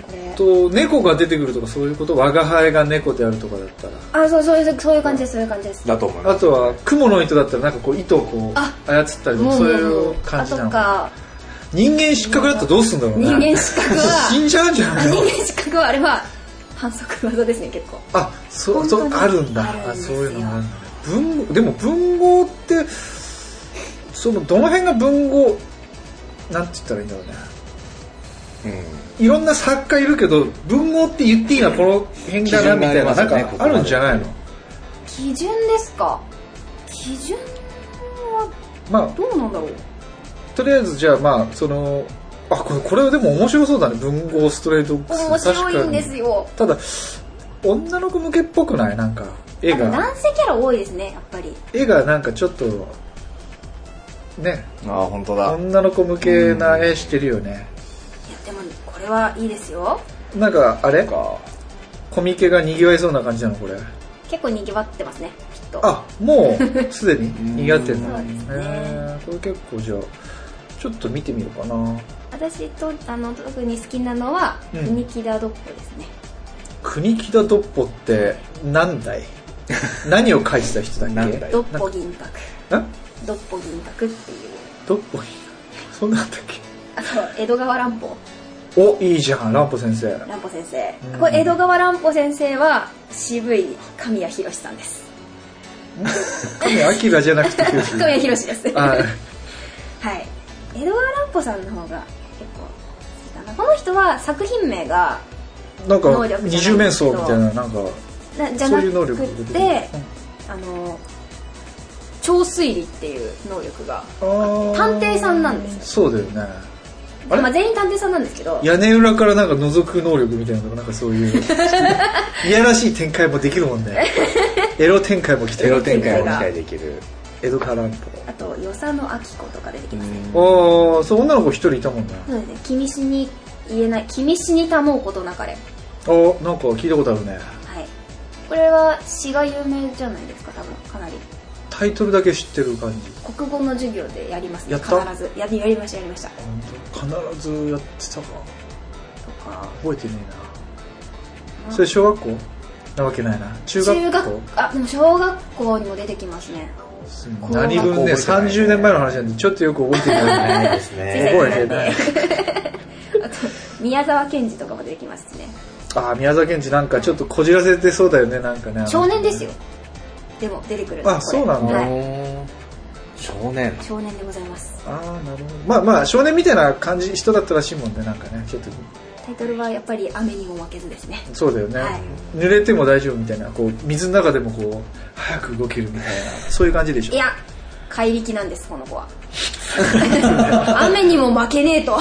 Speaker 2: これ
Speaker 4: と猫が出てくるとかそういうこと我が輩が猫であるとかだったら
Speaker 2: あそうそうそうそういう感じですそういう感じです
Speaker 1: だと思い
Speaker 4: あ
Speaker 1: ます
Speaker 4: とは雲の糸だったらなんかこう糸をこう
Speaker 2: あ
Speaker 4: 操ったりとかそういう感じな
Speaker 2: あと
Speaker 4: のか
Speaker 2: か
Speaker 4: 人間失格だったらどうすんだろうね
Speaker 2: 人間失格
Speaker 4: (laughs) 死
Speaker 2: は
Speaker 4: んじゃうんじゃ
Speaker 2: あ
Speaker 4: ない
Speaker 2: 人
Speaker 4: の
Speaker 2: 間失格はあれは反則技ですね結構
Speaker 4: あそうそう
Speaker 2: 本当に
Speaker 4: あるんだ
Speaker 2: あるん
Speaker 4: あ
Speaker 2: です
Speaker 4: そう
Speaker 2: よ
Speaker 4: いうのがあるんだ文でも文豪ってそのどの辺が文豪なんて言ったらいいんだろうね
Speaker 1: うん
Speaker 4: いろんな作家いるけど文豪って言っていいのはこの辺だな
Speaker 1: 基準
Speaker 4: みたいな、
Speaker 1: があります
Speaker 4: な
Speaker 1: よ
Speaker 4: ん
Speaker 1: ねここ
Speaker 4: かあ
Speaker 1: まで
Speaker 4: るんじゃないの
Speaker 2: 基準ですか基準は
Speaker 4: まあ
Speaker 2: どうなんだろう
Speaker 4: とりあえずじゃあまあそのあこれこれはでも面白そうだね文豪ストレートックス
Speaker 2: 面白いんで
Speaker 4: 確か
Speaker 2: す
Speaker 4: に
Speaker 2: よ
Speaker 4: ただ女の子向けっぽくないなんか絵
Speaker 2: あと
Speaker 4: が
Speaker 2: 男性キャラ多いですねやっぱり
Speaker 4: 絵がなんかちょっとね
Speaker 1: ああ本当だ
Speaker 4: 女の子向けな絵してるよね、
Speaker 2: いやでもこれはいいですよ
Speaker 4: なんかあれ
Speaker 1: か
Speaker 4: コミケがにぎわいそうな感じなのこれ
Speaker 2: 結構にぎわってますねきっと
Speaker 4: あもうすでににぎわってるの
Speaker 2: そうですね
Speaker 4: へーこれ結構じゃあちょっと見てみようかな
Speaker 2: 私とあの特に好きなのは「
Speaker 4: うん
Speaker 2: 国木田ドッポ」ですね、
Speaker 4: 国木田ドッポって何代何を書いてた人だっけ
Speaker 1: 何代
Speaker 2: ドッポ銀閣
Speaker 4: なん
Speaker 2: ドッポ銀閣っていう
Speaker 4: ドッポ (laughs) そんなんあったっ
Speaker 2: あと江戸川乱歩
Speaker 4: けおいいじゃん乱歩先生
Speaker 2: 乱歩先生
Speaker 4: うん
Speaker 2: これ江戸川乱歩先生は渋い神谷博さんです
Speaker 4: 神谷明じゃなく
Speaker 2: (laughs)
Speaker 4: て
Speaker 2: 神谷博です
Speaker 4: あ
Speaker 2: はい。江戸川乱歩さんの方が結構好きかな。この人は作品名が、
Speaker 4: なん
Speaker 2: 能
Speaker 4: か
Speaker 2: 力じゃな
Speaker 4: 二
Speaker 2: い
Speaker 4: 重面相みたいななんか
Speaker 2: なじゃ
Speaker 4: そ
Speaker 2: な
Speaker 4: ういう能
Speaker 2: く
Speaker 4: 力
Speaker 2: っ
Speaker 4: 出
Speaker 2: て
Speaker 4: てくる、
Speaker 2: あの、超推理っていう能力が。
Speaker 4: うんあー
Speaker 2: 探偵さんなんですよ
Speaker 4: そうだよねあれ
Speaker 2: まあ全員探偵さんなんですけど、
Speaker 4: 屋根裏からなんか覗く能力みたいなのがなんかそう
Speaker 2: (laughs)
Speaker 4: いういやらしい展開もできるもんねエロ展開も来て
Speaker 1: エロ展開を期待できる
Speaker 4: 江戸からん
Speaker 2: あと、与謝野明子とか出てきますね。
Speaker 4: ぽああそう女の子一人いたもんね
Speaker 2: そうですね。君死に言えない、君死にたもうことなかれ。
Speaker 4: あーなんか聞いたことあるね
Speaker 2: はい。これは詩が有名じゃないですか、多分、かなり。
Speaker 4: タイトルだけ知ってる感じ
Speaker 2: 国語の授業でやりますね、
Speaker 4: やった
Speaker 2: 必ず。やりやりました、やりました。と
Speaker 4: 必ずやってたか
Speaker 2: か、
Speaker 4: 覚えてねえなそれ小学校なわけないな中学校
Speaker 2: あでも小学校にも出てきますね校
Speaker 4: 何分ね30年前の話なんでちょっとよく覚え
Speaker 1: (laughs)
Speaker 4: てない
Speaker 1: ない
Speaker 4: ね
Speaker 1: です
Speaker 2: 先
Speaker 1: ね
Speaker 2: 生
Speaker 4: 覚えてない
Speaker 2: あと宮沢賢治とかも出てきますしね
Speaker 4: ああ宮沢賢治なんかちょっとこじらせてそうだよねなんかね
Speaker 2: 少年ですよでも出てくる
Speaker 4: あそうなの
Speaker 2: はい、
Speaker 1: 少年
Speaker 2: 少年でございます
Speaker 4: ああなるほどまあまあ少年みたいな感じ人だったらしいもんねなんかねちょっと
Speaker 2: タイトルはやっぱり「雨にも負けず」ですね
Speaker 4: そうだよね、
Speaker 2: はい
Speaker 4: 濡れても大丈夫みたいなこう水の中でもこう早く動けるみたいなそういう感じでしょ
Speaker 2: いや怪力なんですこの子は (laughs) 雨にも負けねえ
Speaker 4: (laughs)
Speaker 2: とは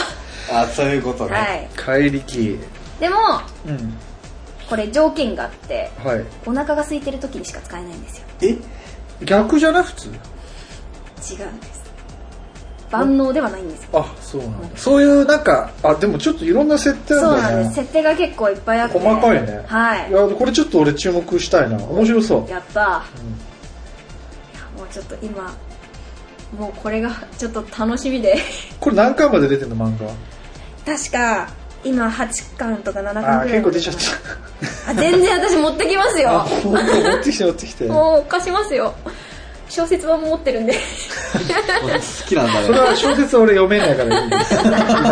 Speaker 1: あそういうことね
Speaker 2: い
Speaker 4: 怪力
Speaker 2: でも
Speaker 4: うん
Speaker 2: これ条件があって
Speaker 4: はい
Speaker 2: お腹が空いてる時にしか使えないんですよ
Speaker 1: え
Speaker 4: 逆じゃない普通
Speaker 2: 違うんです万能ではないんですよ
Speaker 4: あそうなんだそういうなんかあでもちょっといろんな設定ある
Speaker 2: そう
Speaker 4: んだ
Speaker 2: なん
Speaker 4: ね
Speaker 2: です設定が結構いっぱいあって
Speaker 4: 細かいね
Speaker 2: はい
Speaker 4: いやこれちょっと俺注目したいな面白そう
Speaker 2: やったー、いやもうちょっと今もうこれがちょっと楽しみで
Speaker 4: これ何回まで出てんの漫
Speaker 2: (laughs)
Speaker 4: 画
Speaker 2: 確か今8巻とか7巻
Speaker 4: あー
Speaker 2: くらい
Speaker 4: 結構出ちゃった
Speaker 2: あ全然私持ってきます (laughs)
Speaker 4: あ
Speaker 2: よ
Speaker 4: 本当持ってきて持ってきてそ
Speaker 2: もう貸しますよ小説版も持ってるんで
Speaker 1: 好きなんだ
Speaker 4: れ
Speaker 1: ね
Speaker 4: は小説は俺読めないからいいですいらないです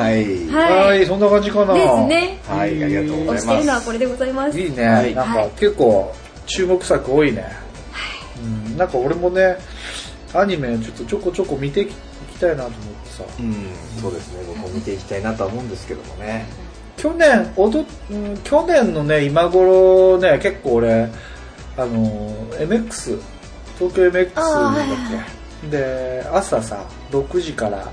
Speaker 1: はい
Speaker 2: はい
Speaker 4: はいそんな感じかな
Speaker 2: ですね
Speaker 1: はいありがとうござ
Speaker 2: 押
Speaker 1: い
Speaker 2: して
Speaker 1: ま
Speaker 2: る
Speaker 1: す
Speaker 2: のはこれでございます
Speaker 4: いいね、
Speaker 1: はい
Speaker 4: なん
Speaker 2: は
Speaker 4: か
Speaker 2: い
Speaker 4: 結構注目作多いね、うん、なんか俺もねアニメちょっとちょこちょこ見ていきたいなと思ってさ
Speaker 1: うんそうですね僕も見ていきたいなとは思うんですけどもね
Speaker 4: 去年おと、うん、去年のね今頃ね結構俺あの MX 東京 MX
Speaker 2: あー
Speaker 4: だ
Speaker 2: は
Speaker 4: っ
Speaker 2: いはい
Speaker 4: けで朝さ6時から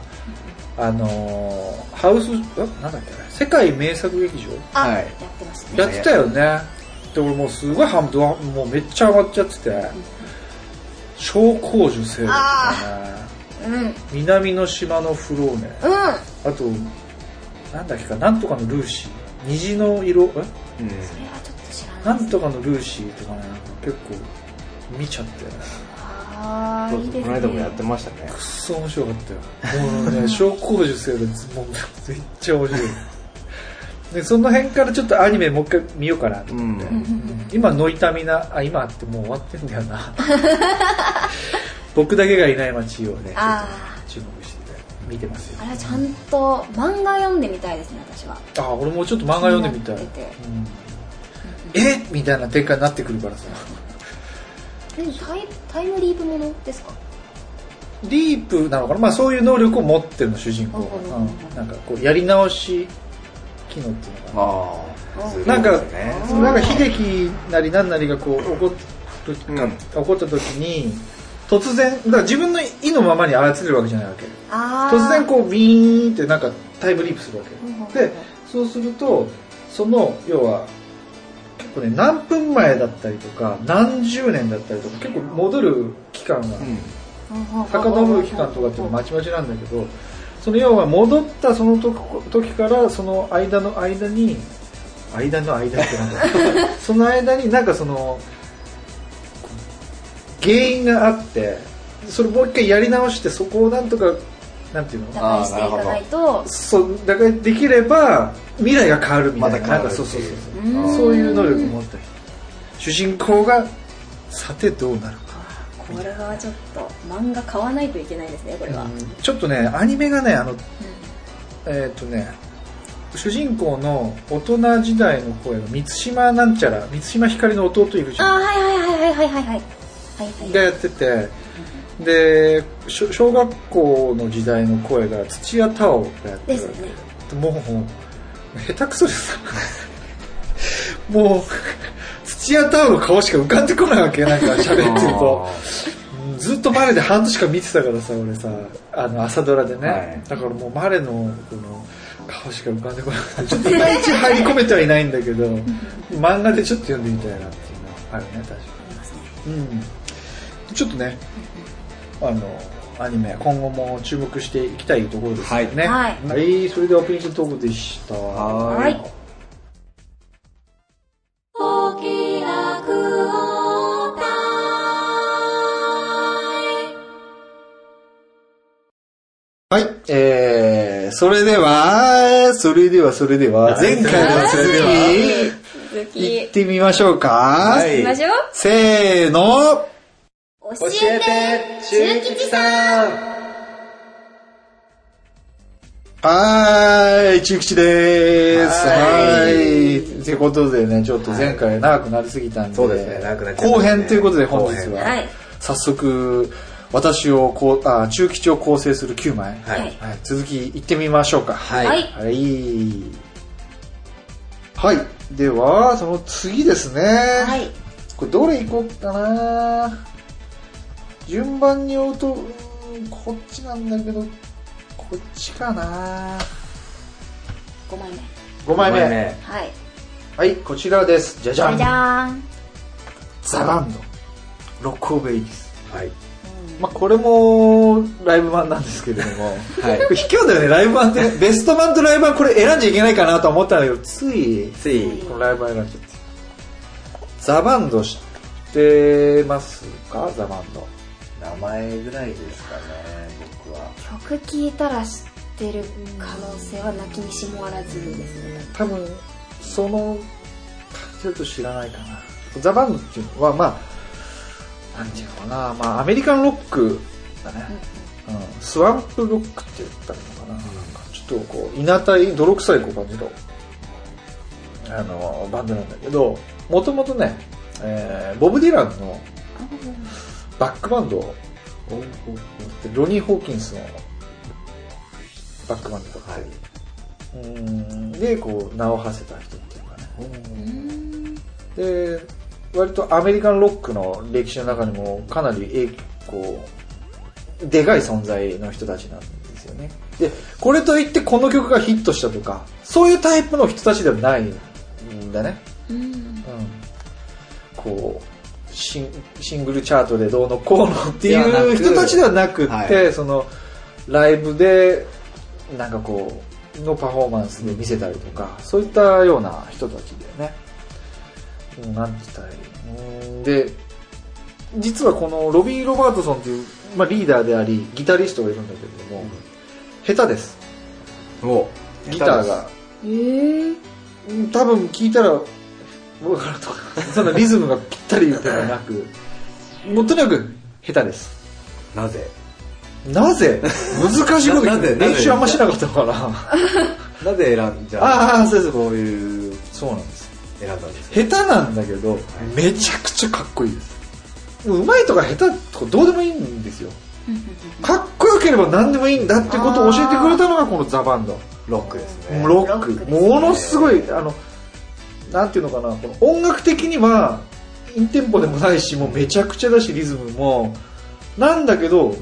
Speaker 4: あのーハウスえなんだっけあれ世界名作劇場
Speaker 2: あ、
Speaker 1: はい
Speaker 2: やってましたね
Speaker 4: やってたよねで俺もうすごいハムドもうめっちゃ上がっちゃってて小公主制度とかね
Speaker 2: うんうん
Speaker 4: 南の島のフローネあとなんだっけかなんとかのルーシー虹の色え
Speaker 1: うん
Speaker 2: それはちょっと知ら
Speaker 4: な
Speaker 2: ない
Speaker 4: んとかのルーシーとかね結構見ちゃって
Speaker 2: ああいいですね
Speaker 1: この間もやってましたね
Speaker 4: くっそ面白かったよも
Speaker 2: (laughs)
Speaker 4: うね小公主制度もうめっちゃ面白いでその辺からちょっとアニメもう一回見ようかなと
Speaker 1: う
Speaker 4: 思って
Speaker 1: ん
Speaker 4: 今ノイタミナあ今ってもう終わってんだよな
Speaker 2: (laughs)
Speaker 4: 僕だけがいない街をねちょっ
Speaker 2: あ
Speaker 4: と注目して見てますよ
Speaker 2: あれはちゃんと漫画読んでみたいですね私は
Speaker 4: あ俺もちょっと漫画読んでみたい
Speaker 2: 気になってて
Speaker 4: うんえみたいな展開になってくるからさ
Speaker 2: えタイタイムリープものですか
Speaker 4: ディープなのかな、まあ、そういう能力を持ってるの主人公が、
Speaker 2: うん
Speaker 4: うんなんかこうやり直し機能っていうのかな
Speaker 1: ああすごい
Speaker 4: なん
Speaker 1: で
Speaker 4: か
Speaker 1: すね
Speaker 4: そうなんか秀樹なりなんなりがこう怒っ
Speaker 1: うん
Speaker 4: 怒った時に突然だから自分の意のままに操れるわけじゃないわけ
Speaker 2: あー
Speaker 4: 突然こうビーンってなんかタイムリープするわ
Speaker 2: うんうんうん
Speaker 4: けでそうするとその要は結構ね何分前だったりとか何十年だったりとか結構戻る期間が
Speaker 1: うん
Speaker 4: 遡る期間とかっていうのはまちまちなんだけどその要は戻ったその時時からその間の間に間の間っ
Speaker 3: (laughs)
Speaker 4: てなんだその間になんかその原因があってそれもう一回やり直してそこをなんとか
Speaker 3: なんていう
Speaker 2: 打
Speaker 3: の
Speaker 2: 開していかないと
Speaker 3: そうだからできれば未来が変わるみたいな,、
Speaker 1: また変わる
Speaker 3: なんかそうそうそうそう
Speaker 2: うーん
Speaker 3: そういう能力を持った人主人公がさてどうなるか
Speaker 2: あーこれはちょっと漫画買わないといけないですねこれは、
Speaker 3: ちょっとねアニメがねあのえっ、とね主人公の大人時代の声が満島なんちゃら満島ひかりの弟いるじ
Speaker 2: あ
Speaker 3: ゃ
Speaker 2: あはいはいはいはいはいはいはい
Speaker 3: ん
Speaker 2: は
Speaker 3: がやっててでしょ小学校の時代の声が土屋太鳳がやってるわ
Speaker 2: ですね
Speaker 3: けもうもう下手くそです (laughs) もう土屋太鳳の顔しか浮かんでこないわけなんか喋ってると。うんずっとマレで半年間見てたからさ俺さあの朝ドラでね、
Speaker 1: はい
Speaker 3: だからもうマレのこの顔しか浮かんでこなくてちょっといまいち入り込めてはいないんだけど漫画でちょっと読んでみたいなっていうのはあるね確かに、うん、ちょっとねあのアニメ今後も注目していきたいところですよね、
Speaker 2: はい
Speaker 3: はいそれではオープニングトークでした
Speaker 1: は
Speaker 2: はい
Speaker 4: はい、えー、それでは、それでは、それでは、前回の続
Speaker 2: い続
Speaker 4: き、行
Speaker 2: き
Speaker 4: ってみましょうか。
Speaker 1: い
Speaker 2: 行きましょ
Speaker 4: せーの、
Speaker 2: う教えて中吉さん
Speaker 4: はーい、中吉でーす。
Speaker 1: は
Speaker 4: は
Speaker 1: ー
Speaker 4: ーい。ってことでね、ちょっと前回長くなりすぎたんで、
Speaker 1: そうですね長くなっちゃいま
Speaker 4: 後
Speaker 1: したね
Speaker 4: 編ということで本
Speaker 1: 後
Speaker 4: 日
Speaker 1: 編
Speaker 4: は、
Speaker 2: はい
Speaker 4: 早速、私をこう、あ、中吉を構成する9枚。
Speaker 1: はい
Speaker 2: はい
Speaker 4: はい、続き行ってみましょうか。
Speaker 1: はい
Speaker 2: はい
Speaker 4: はい。はい。では、その次ですね。。
Speaker 2: はいい
Speaker 4: これどれ行こうかな順番に追うと、うーんこっちなんだけど、こっちかな
Speaker 2: 5枚目
Speaker 4: 5
Speaker 1: 五枚
Speaker 4: 枚目。
Speaker 1: 目
Speaker 2: はい
Speaker 4: はい、こちらです。じゃじ
Speaker 2: じ
Speaker 4: ゃ
Speaker 2: ゃ
Speaker 4: ん。
Speaker 2: じゃーん
Speaker 4: ザランド。ロックオブエイジス。
Speaker 1: はい
Speaker 4: まあ、これもライブ版なんですけれども、
Speaker 1: はい
Speaker 4: これ (laughs) 卑怯だよね、ライブ版
Speaker 1: (laughs)
Speaker 4: って、ベスト版とライブ版、これ選んじゃいけないかなとは思ったんだけど、つい、
Speaker 1: つい
Speaker 4: このライブ版選んじゃって。ザ・バンド知ってますか、ザ・バンド。
Speaker 1: 名前ぐらいですかね僕は
Speaker 2: 曲聞いたら知ってる可能性は泣きにしもあらずですね
Speaker 4: 多分、その、ちょっと知らないかな。ザ・バンドっていうのは、まあ、なんていうのかな、まあ、アメリカンロックだね。うん、スワンプロックって言ったらいいのかな。ちょっとこう、稲たい、泥臭いこう感じの、あの、バンドなんだけど、もともとね、えーボブ・ディランのバックバンドを、ロニー・ホーキンスのバックバンドとか、うーんで、こう、名を馳せた人っていうかね。で、割とアメリカンロックの歴史の中にもかなり影響、こう、でかい存在の人たちなんですよね。で、これといってこの曲がヒットしたとか、そういうタイプの人たちではないんだね。
Speaker 2: うん
Speaker 4: うん。こう、シンシングルチャートでどうのこうのって
Speaker 1: では
Speaker 4: いう
Speaker 1: なく
Speaker 4: 人たちではなくって、
Speaker 1: はい
Speaker 4: その、ライブで、なんかこう、のパフォーマンスで見せたりとか、そういったような人たちだよね。うんなんて言ったらいいうんで、実はこのロビー・ロバートソンっていう、まあ、リーダーであり、ギタリストがいるんだけれども、下手です。
Speaker 1: もう
Speaker 4: ギターが。
Speaker 2: えー、
Speaker 4: うん多分聞いたら僕からとかそんなリズムがぴったりではなくもうとにかく下手です
Speaker 1: なぜ
Speaker 4: なぜ難しいこと
Speaker 1: な
Speaker 4: 言
Speaker 1: なぜ
Speaker 4: う
Speaker 1: なぜ
Speaker 4: 練習あんましなかったから
Speaker 1: なぜ選んじゃあ
Speaker 4: ああそうですこ
Speaker 1: こういう
Speaker 4: うそうなんです
Speaker 1: 選んだんです
Speaker 4: 下手なんだけどめちゃくちゃかっこいいですうまいとか下手とかどうでもいいんですよかっこよければ何でもいいんだってことを教えてくれたのがこのザ・バンド
Speaker 1: ロックですね
Speaker 4: ロ
Speaker 2: ロ
Speaker 4: ック
Speaker 2: ックですね
Speaker 4: ものすごいあのなんていうのかなこの音楽的にはインテンポでもないしもうめちゃくちゃだしリズムもなんだけども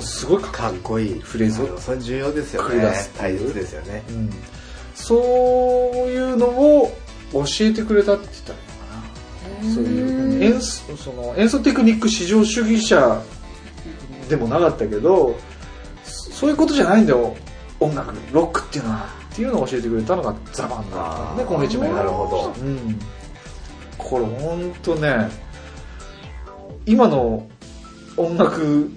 Speaker 4: うすごいかっこ
Speaker 1: かっこいい
Speaker 4: フレーズ
Speaker 1: あのそれ重要ですよ
Speaker 4: 繰り
Speaker 1: ね
Speaker 4: 出す
Speaker 1: 大切ですよね
Speaker 4: いい、うんそういうのを教えてくれたって言ったらいいのかなそういう演奏その演奏テクニック至上主義者でもなかったけどそそういうことじゃないんだよ音楽ロックっていうのはっていうのを教えてくれたのがザ・バンドだったんで
Speaker 1: あー
Speaker 4: この一枚
Speaker 1: なるほ
Speaker 4: ど、うん、これほんとね今の音楽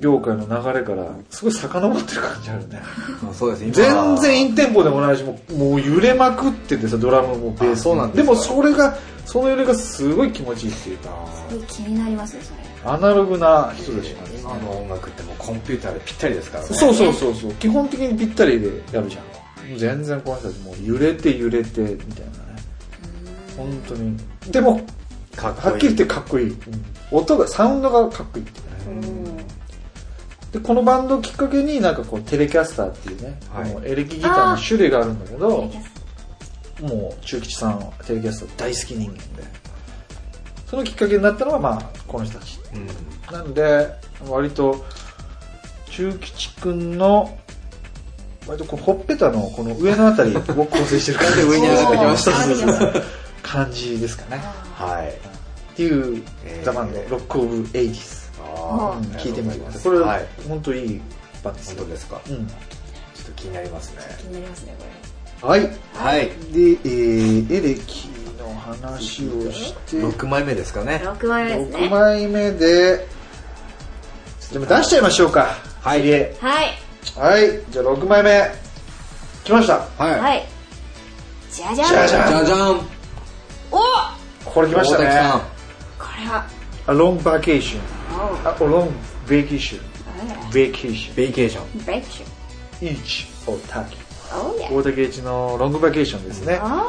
Speaker 4: 業界の流れから、すごい遡ってる感じあるね。
Speaker 1: まあそうですね
Speaker 4: 全然インテンポでもないし、もうもう揺れまくっててさ、ドラムもベースも
Speaker 1: あそうなんです
Speaker 4: で
Speaker 1: か
Speaker 4: もそれが、その揺れがすごい気持ちいいっていうか、
Speaker 2: ごい気になりますねそれ
Speaker 4: アナログな人たちなんですね。
Speaker 1: 今の音楽ってもうコンピューターでぴったりですからね
Speaker 4: そうそうそうそう、基本的にぴったりでやるじゃん。もう全然この人たちもう揺れて揺れてみたいなね。本当に。でも、
Speaker 1: かっこいい
Speaker 4: はっきり言ってかっこいい。音が、サウンドがかっこいいっていうね。
Speaker 2: うん
Speaker 4: でこのバンドをきっかけになんかこうテレキャスターっていうね、
Speaker 1: はい
Speaker 4: このエレキギターの種類があるんだ
Speaker 2: テ
Speaker 4: け
Speaker 2: レ
Speaker 4: ど
Speaker 2: キャス
Speaker 4: もう中吉さんはテレキャスター大好き人間でそのきっかけになったのはまあこの人たち
Speaker 1: うん
Speaker 4: なんで割と中吉くんの割とこうほっぺたのこの上のあたりを構成してる感じ
Speaker 1: 上に上がってきました
Speaker 2: おー上がってきま
Speaker 4: 感じですかね
Speaker 1: はい
Speaker 4: っていう
Speaker 1: えー
Speaker 4: ザ・バンド、ロック・オブ・エイティス
Speaker 1: あー
Speaker 4: 聞いてみてくださいこ
Speaker 1: ありがとう
Speaker 4: れ、
Speaker 1: ございます
Speaker 4: 本当いいバンドで
Speaker 1: はい
Speaker 4: すよ
Speaker 1: 本当ですかちょ
Speaker 4: うん
Speaker 1: っと気になりますね
Speaker 2: 気になりますねこ
Speaker 4: はい
Speaker 1: はい
Speaker 4: で、えー、エレキの話をして、
Speaker 1: 6枚目ですかね
Speaker 2: れ6枚目です
Speaker 4: 6
Speaker 2: ね
Speaker 4: 枚目で、でも出しちゃいましょうか。はい。
Speaker 2: はい
Speaker 4: はい、じゃあ6枚目、来ました。
Speaker 1: は
Speaker 2: はいいじゃじゃん
Speaker 4: じゃじ
Speaker 1: じゃじゃん
Speaker 2: おこ
Speaker 4: これ来ま
Speaker 1: 大
Speaker 4: した
Speaker 1: 滝さん
Speaker 4: ね。
Speaker 2: れは
Speaker 4: A long vacation.
Speaker 2: おう
Speaker 4: A long vacation.
Speaker 2: あ
Speaker 4: vacation.
Speaker 1: ベイケーション
Speaker 2: れブレイクシュ
Speaker 4: each of Turkey.
Speaker 2: おうや
Speaker 4: 大竹一のロングバケーションですね。
Speaker 2: あ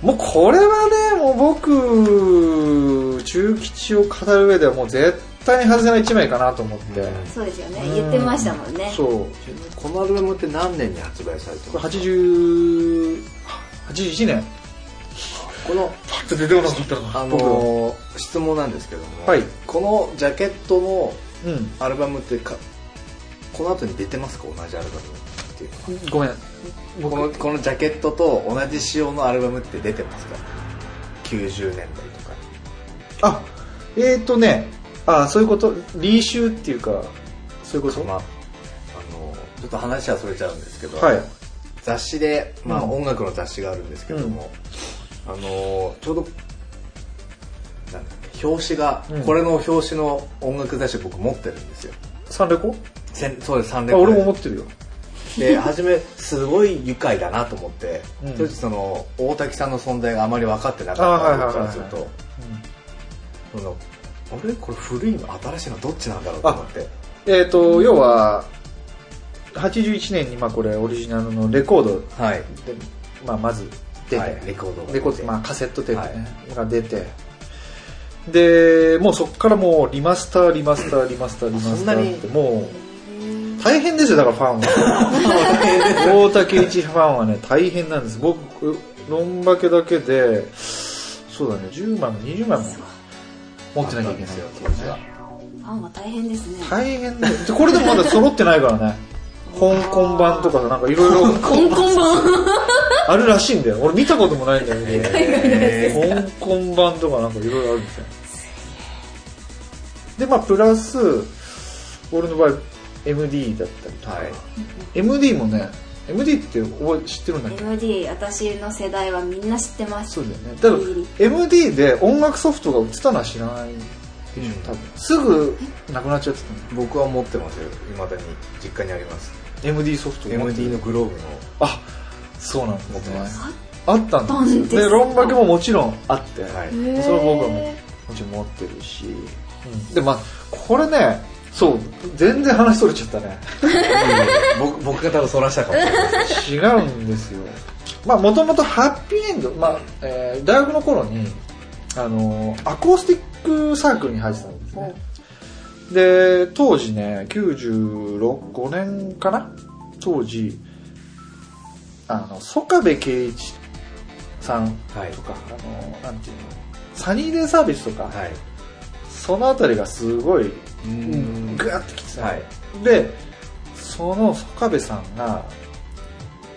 Speaker 4: もうこれはね、もう僕、中吉を語る上ではもう絶対に外せない1枚かなと思って。
Speaker 1: うん
Speaker 2: ーそうですよね言ってましたもんね
Speaker 4: そう。
Speaker 1: このアルバムって何年に発売されて
Speaker 4: これ
Speaker 1: ます
Speaker 4: 80 81年
Speaker 1: この
Speaker 4: パッと出てこなかった
Speaker 1: あ
Speaker 4: 僕の
Speaker 1: のー質問なんですけども、
Speaker 4: はい
Speaker 1: このジャケットの
Speaker 4: うん
Speaker 1: アルバムってかこの後に出てますか同じアルバムっていうのは
Speaker 4: ごめん
Speaker 1: このこのジャケットと同じ仕様のアルバムって出てますか90年代とか
Speaker 4: あえっ、ー、とねあそういうことリーシューっていうかそういうこと
Speaker 1: そのあのちょっと話はそれちゃうんですけど、
Speaker 4: はい
Speaker 1: 雑誌で、まあ
Speaker 4: うん
Speaker 1: 音楽の雑誌があるんですけども、あのちょうどなんだっけ表紙が、
Speaker 4: うん
Speaker 1: これの表紙の音楽雑誌僕持ってるんですよ
Speaker 4: サンレコ
Speaker 1: せんそうです3
Speaker 4: あ
Speaker 1: 連
Speaker 4: 俺も持ってるよ
Speaker 1: で初めすごい愉快だなと思って、
Speaker 4: うん
Speaker 1: 正直その大滝さんの存在があまり分かってなかった僕からする
Speaker 4: あは
Speaker 1: とそのあれこれ古いの新しいのどっちなんだろうと思って
Speaker 4: えっ、ー、と要は81年にまあこれオリジナルのレコード
Speaker 1: はい、
Speaker 4: で、まあ、まず出て、
Speaker 1: はいレコードが
Speaker 4: レコード、まあ、カセットテープ、ね
Speaker 1: は
Speaker 4: が出てでもうそこからもうリマスターリマスターリマスターリマスタ
Speaker 1: そんな
Speaker 4: ー
Speaker 1: に
Speaker 4: ってもう大変ですよだからファン
Speaker 1: (laughs)
Speaker 4: は大竹一ファンはね大変なんです僕ロンバケだけでそうだね10枚も20枚も持ってなきゃいけない
Speaker 1: あったん
Speaker 4: ですよ
Speaker 2: ファンは大変ですね
Speaker 4: 大変だよでこれでもまだ揃っ
Speaker 1: (laughs)
Speaker 4: てないからね香港版とかなんかいろいろ
Speaker 2: コンコン版
Speaker 4: あるらしいんだよ俺見たこともないんだけど、
Speaker 1: え
Speaker 4: 香港版とかなんかいろいろあるんですよでまあプラス俺の場合 MD だったりと
Speaker 1: ー
Speaker 4: か、
Speaker 1: はい
Speaker 4: MD もね MD って覚え知ってるんだっけ
Speaker 2: MD 私の世代はみんな知ってます
Speaker 4: そうだよねだから MD で音楽ソフトが売ってたのは知らない多分すぐなくなっちゃってた
Speaker 1: うん僕は持ってますよいまだに実家にあります
Speaker 4: の MD ソフト
Speaker 1: MD のグローブの
Speaker 4: あそうなんですね
Speaker 1: 持ってます
Speaker 4: あったんです
Speaker 2: あったん
Speaker 4: よ
Speaker 2: ですか
Speaker 4: でロンバケももちろんあって、
Speaker 1: はい
Speaker 2: へー
Speaker 4: それは僕はもうもちろん持ってるし、でまあこれねそう全然話それちゃったね
Speaker 1: (laughs) 僕僕が多分そらしたかもしれない
Speaker 4: 違うんですよ (laughs) まあもともとハッピーエンド、まあえー大学の頃にあのーアコースティックサークルに入ってたんですねで当時ね965年かな当時あの曽我部圭一さん
Speaker 1: はい
Speaker 4: とか、あのーなんていうのサニーデイサービスとか、
Speaker 1: はい
Speaker 4: そのあたりがすごい、
Speaker 1: うん
Speaker 4: グワッときてた、
Speaker 1: はい
Speaker 4: でその曽我部さんが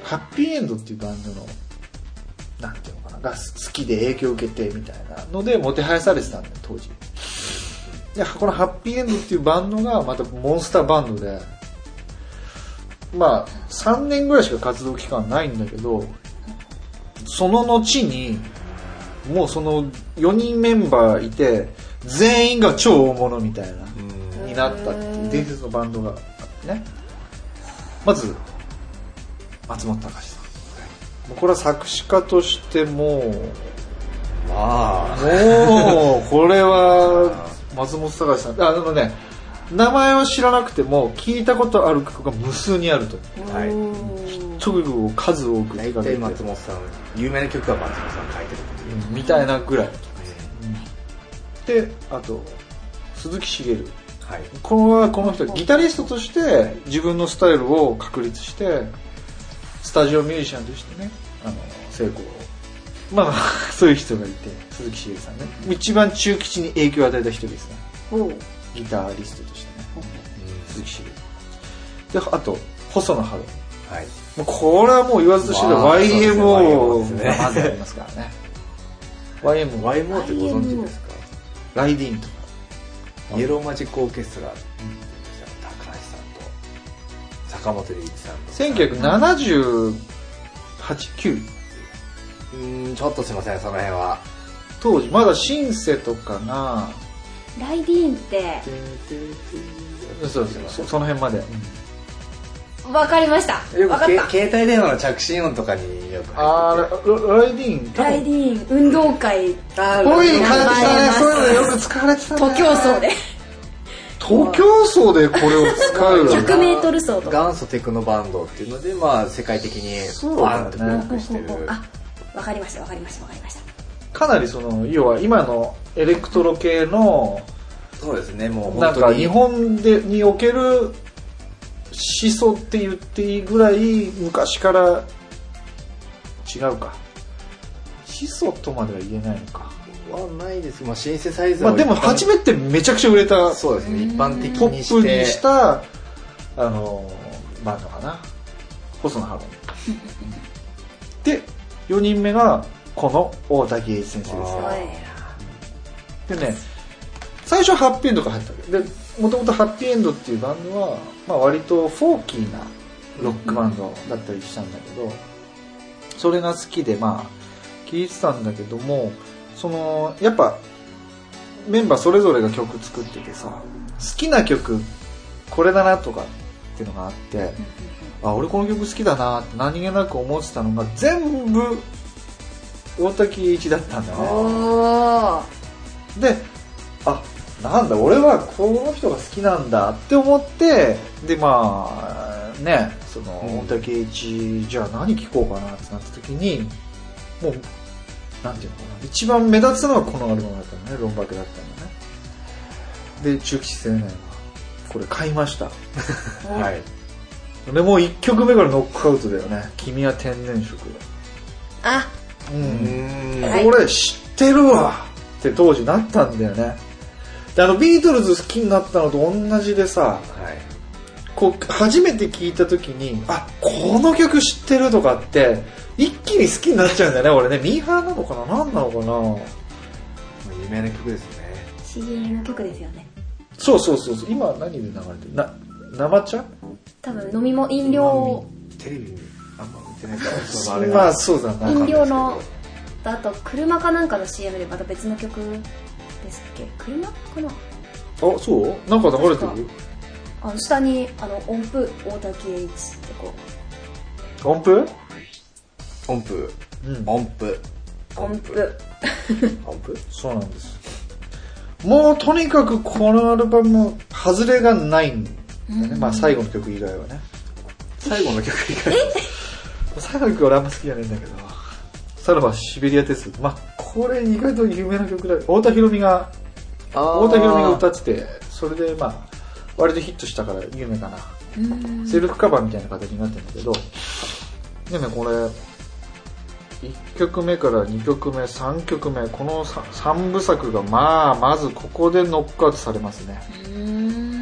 Speaker 4: ハッピーエンドっていうバンドのなんていうのかなが好きで影響を受けてみたいなのでもてはやされてたんだよ当時でこのハッピーエンドっていうバンドがまたモンスターバンドでまあ3年ぐらいしか活動期間ないんだけどその後にもうその4人メンバーいて全員が超大物みたいな
Speaker 1: うん
Speaker 4: になったっていう伝説のバンドがあってねまず松本隆さんもうこれは作詞家としてもう
Speaker 1: まあ
Speaker 4: もうこれは松本隆さんあでもね名前は知らなくても聞いたことある曲が無数にあると
Speaker 1: はい
Speaker 4: ちょくちょく数多く
Speaker 1: 大
Speaker 4: 手が
Speaker 1: 体
Speaker 4: 出
Speaker 1: 松
Speaker 4: て
Speaker 1: 本さん有名な曲は松本さんが書いてるっていう
Speaker 4: みたいなぐらいであと鈴木茂
Speaker 1: はい
Speaker 4: このこの人ギタリストとして自分のスタイルを確立してスタジオミュージシャンとしてねあの成功をまあ (laughs) まあそういう人がいて鈴木茂さんね一番中吉に影響を与えた人ですね
Speaker 2: おう
Speaker 4: ギタリストとしてね鈴木茂であと細野晴臣
Speaker 1: はい
Speaker 4: もうこれはもう言わずと知れた
Speaker 1: まあ
Speaker 4: YMO
Speaker 1: そうですね YMO ですね
Speaker 4: がまずありますからね YMO
Speaker 1: YMO ってご存知ですか
Speaker 4: ライディーンとか
Speaker 1: イエローマジックオーケストラ高橋さんと坂本龍一さんと
Speaker 4: 1978、9
Speaker 1: うーんちょっとすいませんその辺は
Speaker 4: 当時まだシンセとかが
Speaker 2: ライディーンって
Speaker 4: そうそうそその辺まで、
Speaker 2: わかりました
Speaker 1: よ
Speaker 2: わ
Speaker 1: く
Speaker 2: かっ
Speaker 1: け
Speaker 2: た
Speaker 1: 携帯電話の着信音とかによく
Speaker 4: あ
Speaker 1: 入ってて
Speaker 4: ーラライディーン
Speaker 2: ライディーン運動会
Speaker 1: あー
Speaker 4: こういう
Speaker 2: 感
Speaker 4: 感
Speaker 2: じ
Speaker 4: じ
Speaker 2: だ
Speaker 4: だ
Speaker 2: ね
Speaker 4: ねそういうのよく使われてたね
Speaker 2: 徒競走で
Speaker 4: 徒競走でこれを使う
Speaker 2: 100メートル走とか
Speaker 1: 元祖テクノバンドっていうのでまあ世界的に
Speaker 4: そう
Speaker 1: バ
Speaker 4: だ
Speaker 1: ン
Speaker 4: ね
Speaker 1: ってブレイクしてる
Speaker 2: あわかりましたわかりましたわかりました
Speaker 4: (laughs) かなりその要は今のエレクトロ系の
Speaker 1: そうですねもう
Speaker 4: な
Speaker 1: 本
Speaker 4: んか
Speaker 1: 当に
Speaker 4: 日本でにおける始祖って言っていいぐらい昔から違うか始祖とまでは言えないのか
Speaker 1: はないですまあシンセサイザー
Speaker 4: ま
Speaker 1: を
Speaker 4: あでも
Speaker 1: 一般
Speaker 4: 初めてめちゃくちゃ売れた
Speaker 1: そうですね一般的
Speaker 4: ポ
Speaker 1: に
Speaker 4: ッ
Speaker 1: し
Speaker 4: プ
Speaker 1: て
Speaker 4: にしたあのバンドかな細野晴
Speaker 1: (laughs)
Speaker 4: 臣で4人目がこの大竹栄一先生です
Speaker 1: あー
Speaker 2: はい
Speaker 4: でね最初ハッピーエンドから入ったわけでもともとハッピーエンドっていうバンドは、まあ、割とフォーキーなロックバンドだったりしたんだけど、それが好きでまあ聴いてたんだけどもそのやっぱメンバーそれぞれが曲作っててさ好きな曲これだなとかっていうのがあってあ俺この曲好きだなって何気なく思ってたのが全部大滝栄一だったんだね
Speaker 2: おー
Speaker 4: であなんだ俺はこの人が好きなんだって思ってでまあねその
Speaker 1: うん
Speaker 4: 大竹栄一じゃあ何聴こうかなってなった時にもうなんていうのかな一番目立つのはこのアルバムだったのね「ロンバケ」だったんだねで中吉青年はこれ買い
Speaker 1: (laughs)
Speaker 4: ました
Speaker 1: はい
Speaker 4: でもう1曲目からノックアウトだよね「君は天然色
Speaker 2: あ」
Speaker 4: う
Speaker 1: うんーん
Speaker 2: はい
Speaker 4: これ知ってるわって当時なったんだよねであのビートルズ好きになったのと同じでさ
Speaker 1: はい
Speaker 4: こう初めて聞いた時にあこの曲知ってるとかって一気に好きになっちゃうんだよね俺ねミーハーなのかな何なのかな
Speaker 1: まあ有名な曲ですね
Speaker 2: CM の曲ですよね
Speaker 4: そうそうそうそう今何で流れてるな生茶
Speaker 2: 多分飲みも飲料
Speaker 1: テレビにあんま見てないからそのあれが
Speaker 4: まあそうだな
Speaker 2: 飲料のだと車かなんかの CM でまた別の曲ですっけ車かな
Speaker 4: あそうなんか流れてる
Speaker 2: あの下にあの音符大竹栄一ってこ
Speaker 4: 音符
Speaker 1: 音符
Speaker 4: うん
Speaker 1: 音符
Speaker 2: う音符
Speaker 1: 音符
Speaker 4: そうなんですもうとにかくこのアルバム外れがないんだよね、まあ最後の曲以外はね
Speaker 1: 最後の曲以外
Speaker 4: 最後の曲俺あんま好きじゃないんだけどさらばシベリア鉄道まあこれ意外と有名な曲だ太田裕美が
Speaker 1: (laughs) 大
Speaker 4: 太田裕美が歌っててそれでまあ割とヒットしたから有名かな
Speaker 2: うーん
Speaker 4: セルフカバーみたいな形になってるんだけどでもねこれ1曲目から2曲目3曲目この 3, 部作がまあまずここでノックアウトされますね
Speaker 2: うーん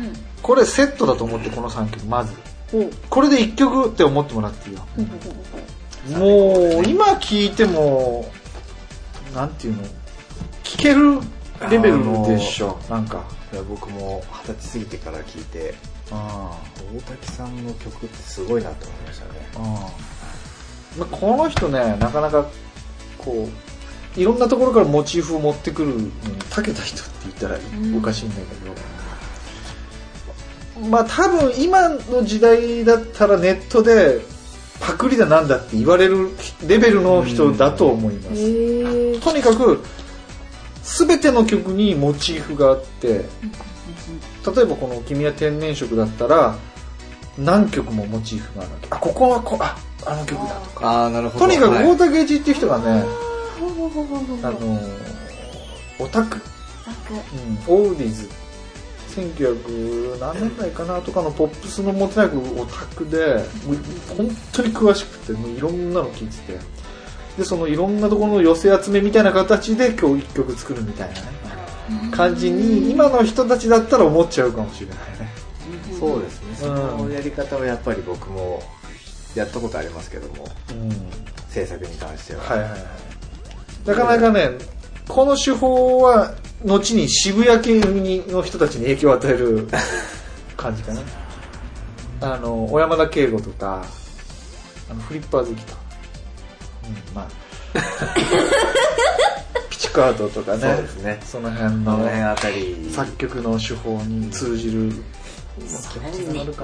Speaker 4: これセットだと思ってこの3曲まず
Speaker 2: ほう
Speaker 4: これで1曲って思ってもらっていいよ
Speaker 2: ほうほうほうほう
Speaker 4: もう今聴いてもなんていうの聴けるレベルでしょなんか
Speaker 1: いや僕も二十歳過ぎてから聞いて
Speaker 4: ああ
Speaker 1: 大滝さんの曲ってすごいなと思いましたね
Speaker 4: うんまあ、この人ねなかなかこういろんなところからモチーフを持ってくるのに長けた人って言ったらおかしいんだけど、まあ多分今の時代だったらネットでパクリだなんだって言われるレベルの人だと思います、
Speaker 2: へえ
Speaker 4: とにかく全ての曲にモチーフがあって例えばこの「君は天然色」だったら何曲もモチーフがあるわけあここはこああの曲だとか
Speaker 1: ああなるほど
Speaker 4: とにかく
Speaker 1: はい
Speaker 4: 大竹栄一っていう人がね
Speaker 2: ほうほうほうほうほう
Speaker 4: あのーオタク、うん、オーディーズ1900何年代かなとかのポップスの持てないオタクでもう本当に詳しくてもういろんなの聞いててでそのいろんなところの寄せ集めみたいな形で今日1曲作るみたいなね感じに今の人たちだったら思っちゃうかもしれないね
Speaker 1: そうですね、そ
Speaker 4: うん
Speaker 1: のやり方はやっぱり僕もやったことありますけども
Speaker 4: うん
Speaker 1: 制作に関しては、
Speaker 4: はいはいはいなかなかねこの手法は後に渋谷系の人たちに影響を与え
Speaker 1: (laughs)
Speaker 4: る感じかなあの小山田圭吾とかあのフリッパー好きとか、う
Speaker 1: (laughs)
Speaker 4: ん、まあピチカートとかね
Speaker 1: そうですね
Speaker 4: その辺
Speaker 1: この
Speaker 4: の
Speaker 1: 辺あたり
Speaker 4: 作曲の手法に通じる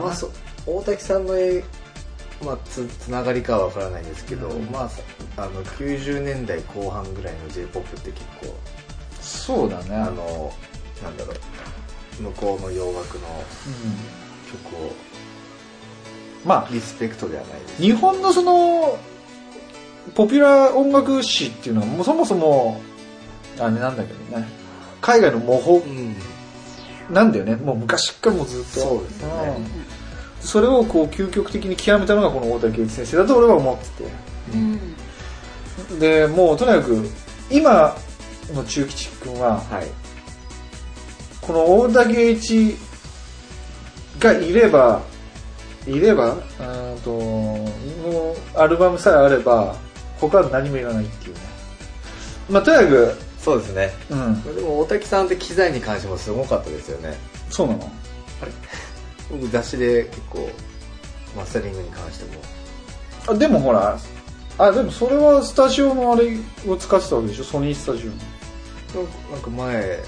Speaker 1: まあ、そ大滝さんの絵、まあ、つつながりかはわからないですけど、
Speaker 4: うん
Speaker 1: まあ、さあの90年代後半ぐらいの j p o p って結構
Speaker 4: そうだね
Speaker 1: あのなんだろう向こうの洋楽の
Speaker 4: うん
Speaker 1: 曲を
Speaker 4: まあ
Speaker 1: リスペクトではないです
Speaker 4: 日本のそのポピュラー音楽史っていうのはもうそもそもあれなんだけどね海外の模倣
Speaker 1: うん
Speaker 4: なんだよねもう昔からもうずっと
Speaker 1: そうですよね
Speaker 4: うんそれをこう究極的に極めたのがこの大竹一先生だと俺は思って
Speaker 2: うん
Speaker 4: てでもうとにかく今の中吉君は
Speaker 1: はい
Speaker 4: この大竹一がいればいればうーんともうアルバムさえあれば他は何もいらないっていうねまあとにかく
Speaker 1: そうですね
Speaker 4: うん
Speaker 1: でも大滝さんって機材に関してもすごかったですよね
Speaker 4: そうなの
Speaker 1: 僕雑誌で結構マスタリングに関しても
Speaker 4: あでもほらあでもそれはスタジオのあれを使ってたわけでしょソニースタジオの
Speaker 1: なんか前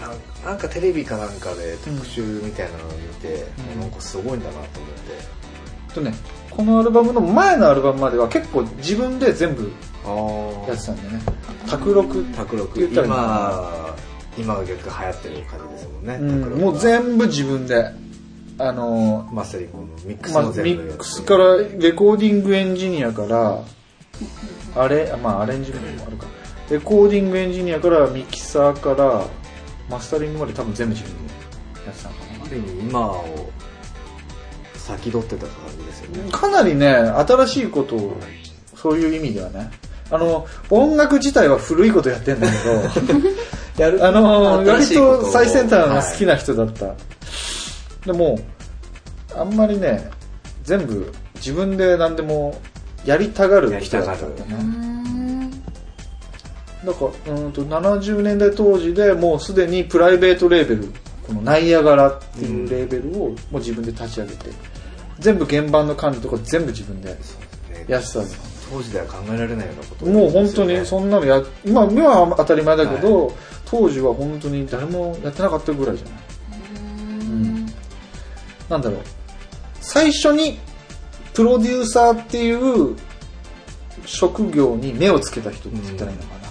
Speaker 1: なんかなんかテレビかなんかで特集みたいなのを見て、
Speaker 4: うん
Speaker 1: なんかすごいんだなと思って、
Speaker 4: とねこのアルバムの前のアルバムまでは結構自分で全部
Speaker 1: あ
Speaker 4: やってたんだよね卓録
Speaker 1: 卓録
Speaker 4: 言ったらいいの
Speaker 1: 今今は逆に流行ってる感じですもんね、
Speaker 4: うん
Speaker 1: 卓録は
Speaker 4: もう全部自分であの
Speaker 1: マスタリングのミックス
Speaker 4: まあ、
Speaker 1: も
Speaker 4: ミ
Speaker 1: 全部やって
Speaker 4: ックスからレコーディングエンジニアからあれまあアレンジメントもあるかレコーディングエンジニアからミキサーからマスタリングまで多分全部自分でやってたのか
Speaker 1: ある意味今を先取ってた感じですよね、
Speaker 4: なかなりね新しいことをそういう意味ではねあの音楽自体は古いことやってんだけど
Speaker 1: やる (laughs)
Speaker 4: あの
Speaker 1: 新
Speaker 4: 割
Speaker 1: しいことを
Speaker 4: と最先端が好きな人だった、でもあんまりね全部自分で何でもやりたがる人だったんだよね
Speaker 2: うん
Speaker 4: なんかうーんと70年代当時でもうすでにプライベートレーベルこのナイアガラっていうレーベルをもう自分で立ち上げて、全部現場の管理とか全部自分でやってたんです
Speaker 1: 当時では考えられないようなことですよね、
Speaker 4: もう本当にそんなのや今今は当たり前だけど、当時は本当に誰もやってなかったぐらいじゃない、うんなんだろう最初にプロデューサーっていう職業に目をつけた人って言ったらいいのかな、うん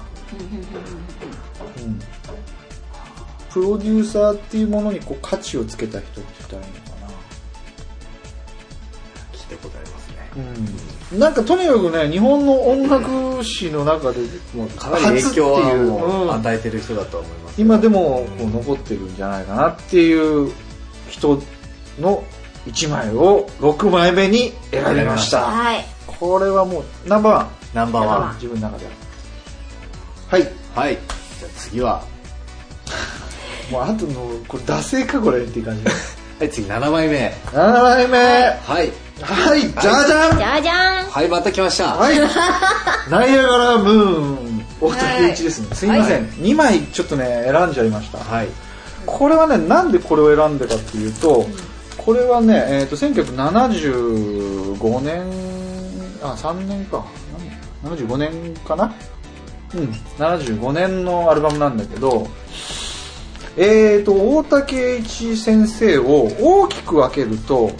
Speaker 4: プロデューサーっていうものにこう価値をつけた人って言ったらいいのか
Speaker 1: 聞いたことありますね、
Speaker 4: な、なんかとにかくね日本の音楽史の中で
Speaker 1: もうかなり影響は
Speaker 4: 初っていう
Speaker 1: も
Speaker 4: うん
Speaker 1: う与えてる人だと思います、
Speaker 4: 今でもこ
Speaker 1: う
Speaker 4: うん残ってるんじゃないかなっていう人の1枚を6枚目に選びました
Speaker 2: はい
Speaker 4: これはもうナンバーワン
Speaker 1: ナンバーワン
Speaker 4: 自分の中でははい
Speaker 1: はいじゃあ次は
Speaker 4: もうあとのこれ惰性かこれっていう
Speaker 1: (laughs)
Speaker 4: 感じ
Speaker 1: はい次7枚目
Speaker 4: 7枚目は
Speaker 1: はい
Speaker 4: いじゃじゃん
Speaker 2: じゃじゃん
Speaker 1: はいまた来ました、
Speaker 4: はいナイアガラムーンお二人一ですね、すいません、2枚ちょっとね選んじゃいました
Speaker 1: はい
Speaker 4: これはねなんでこれを選んだかっていうと、これはね、えー、と1975年あ3年か何75年かなうん75年のアルバムなんだけどえーと大竹一先生を大きく分けると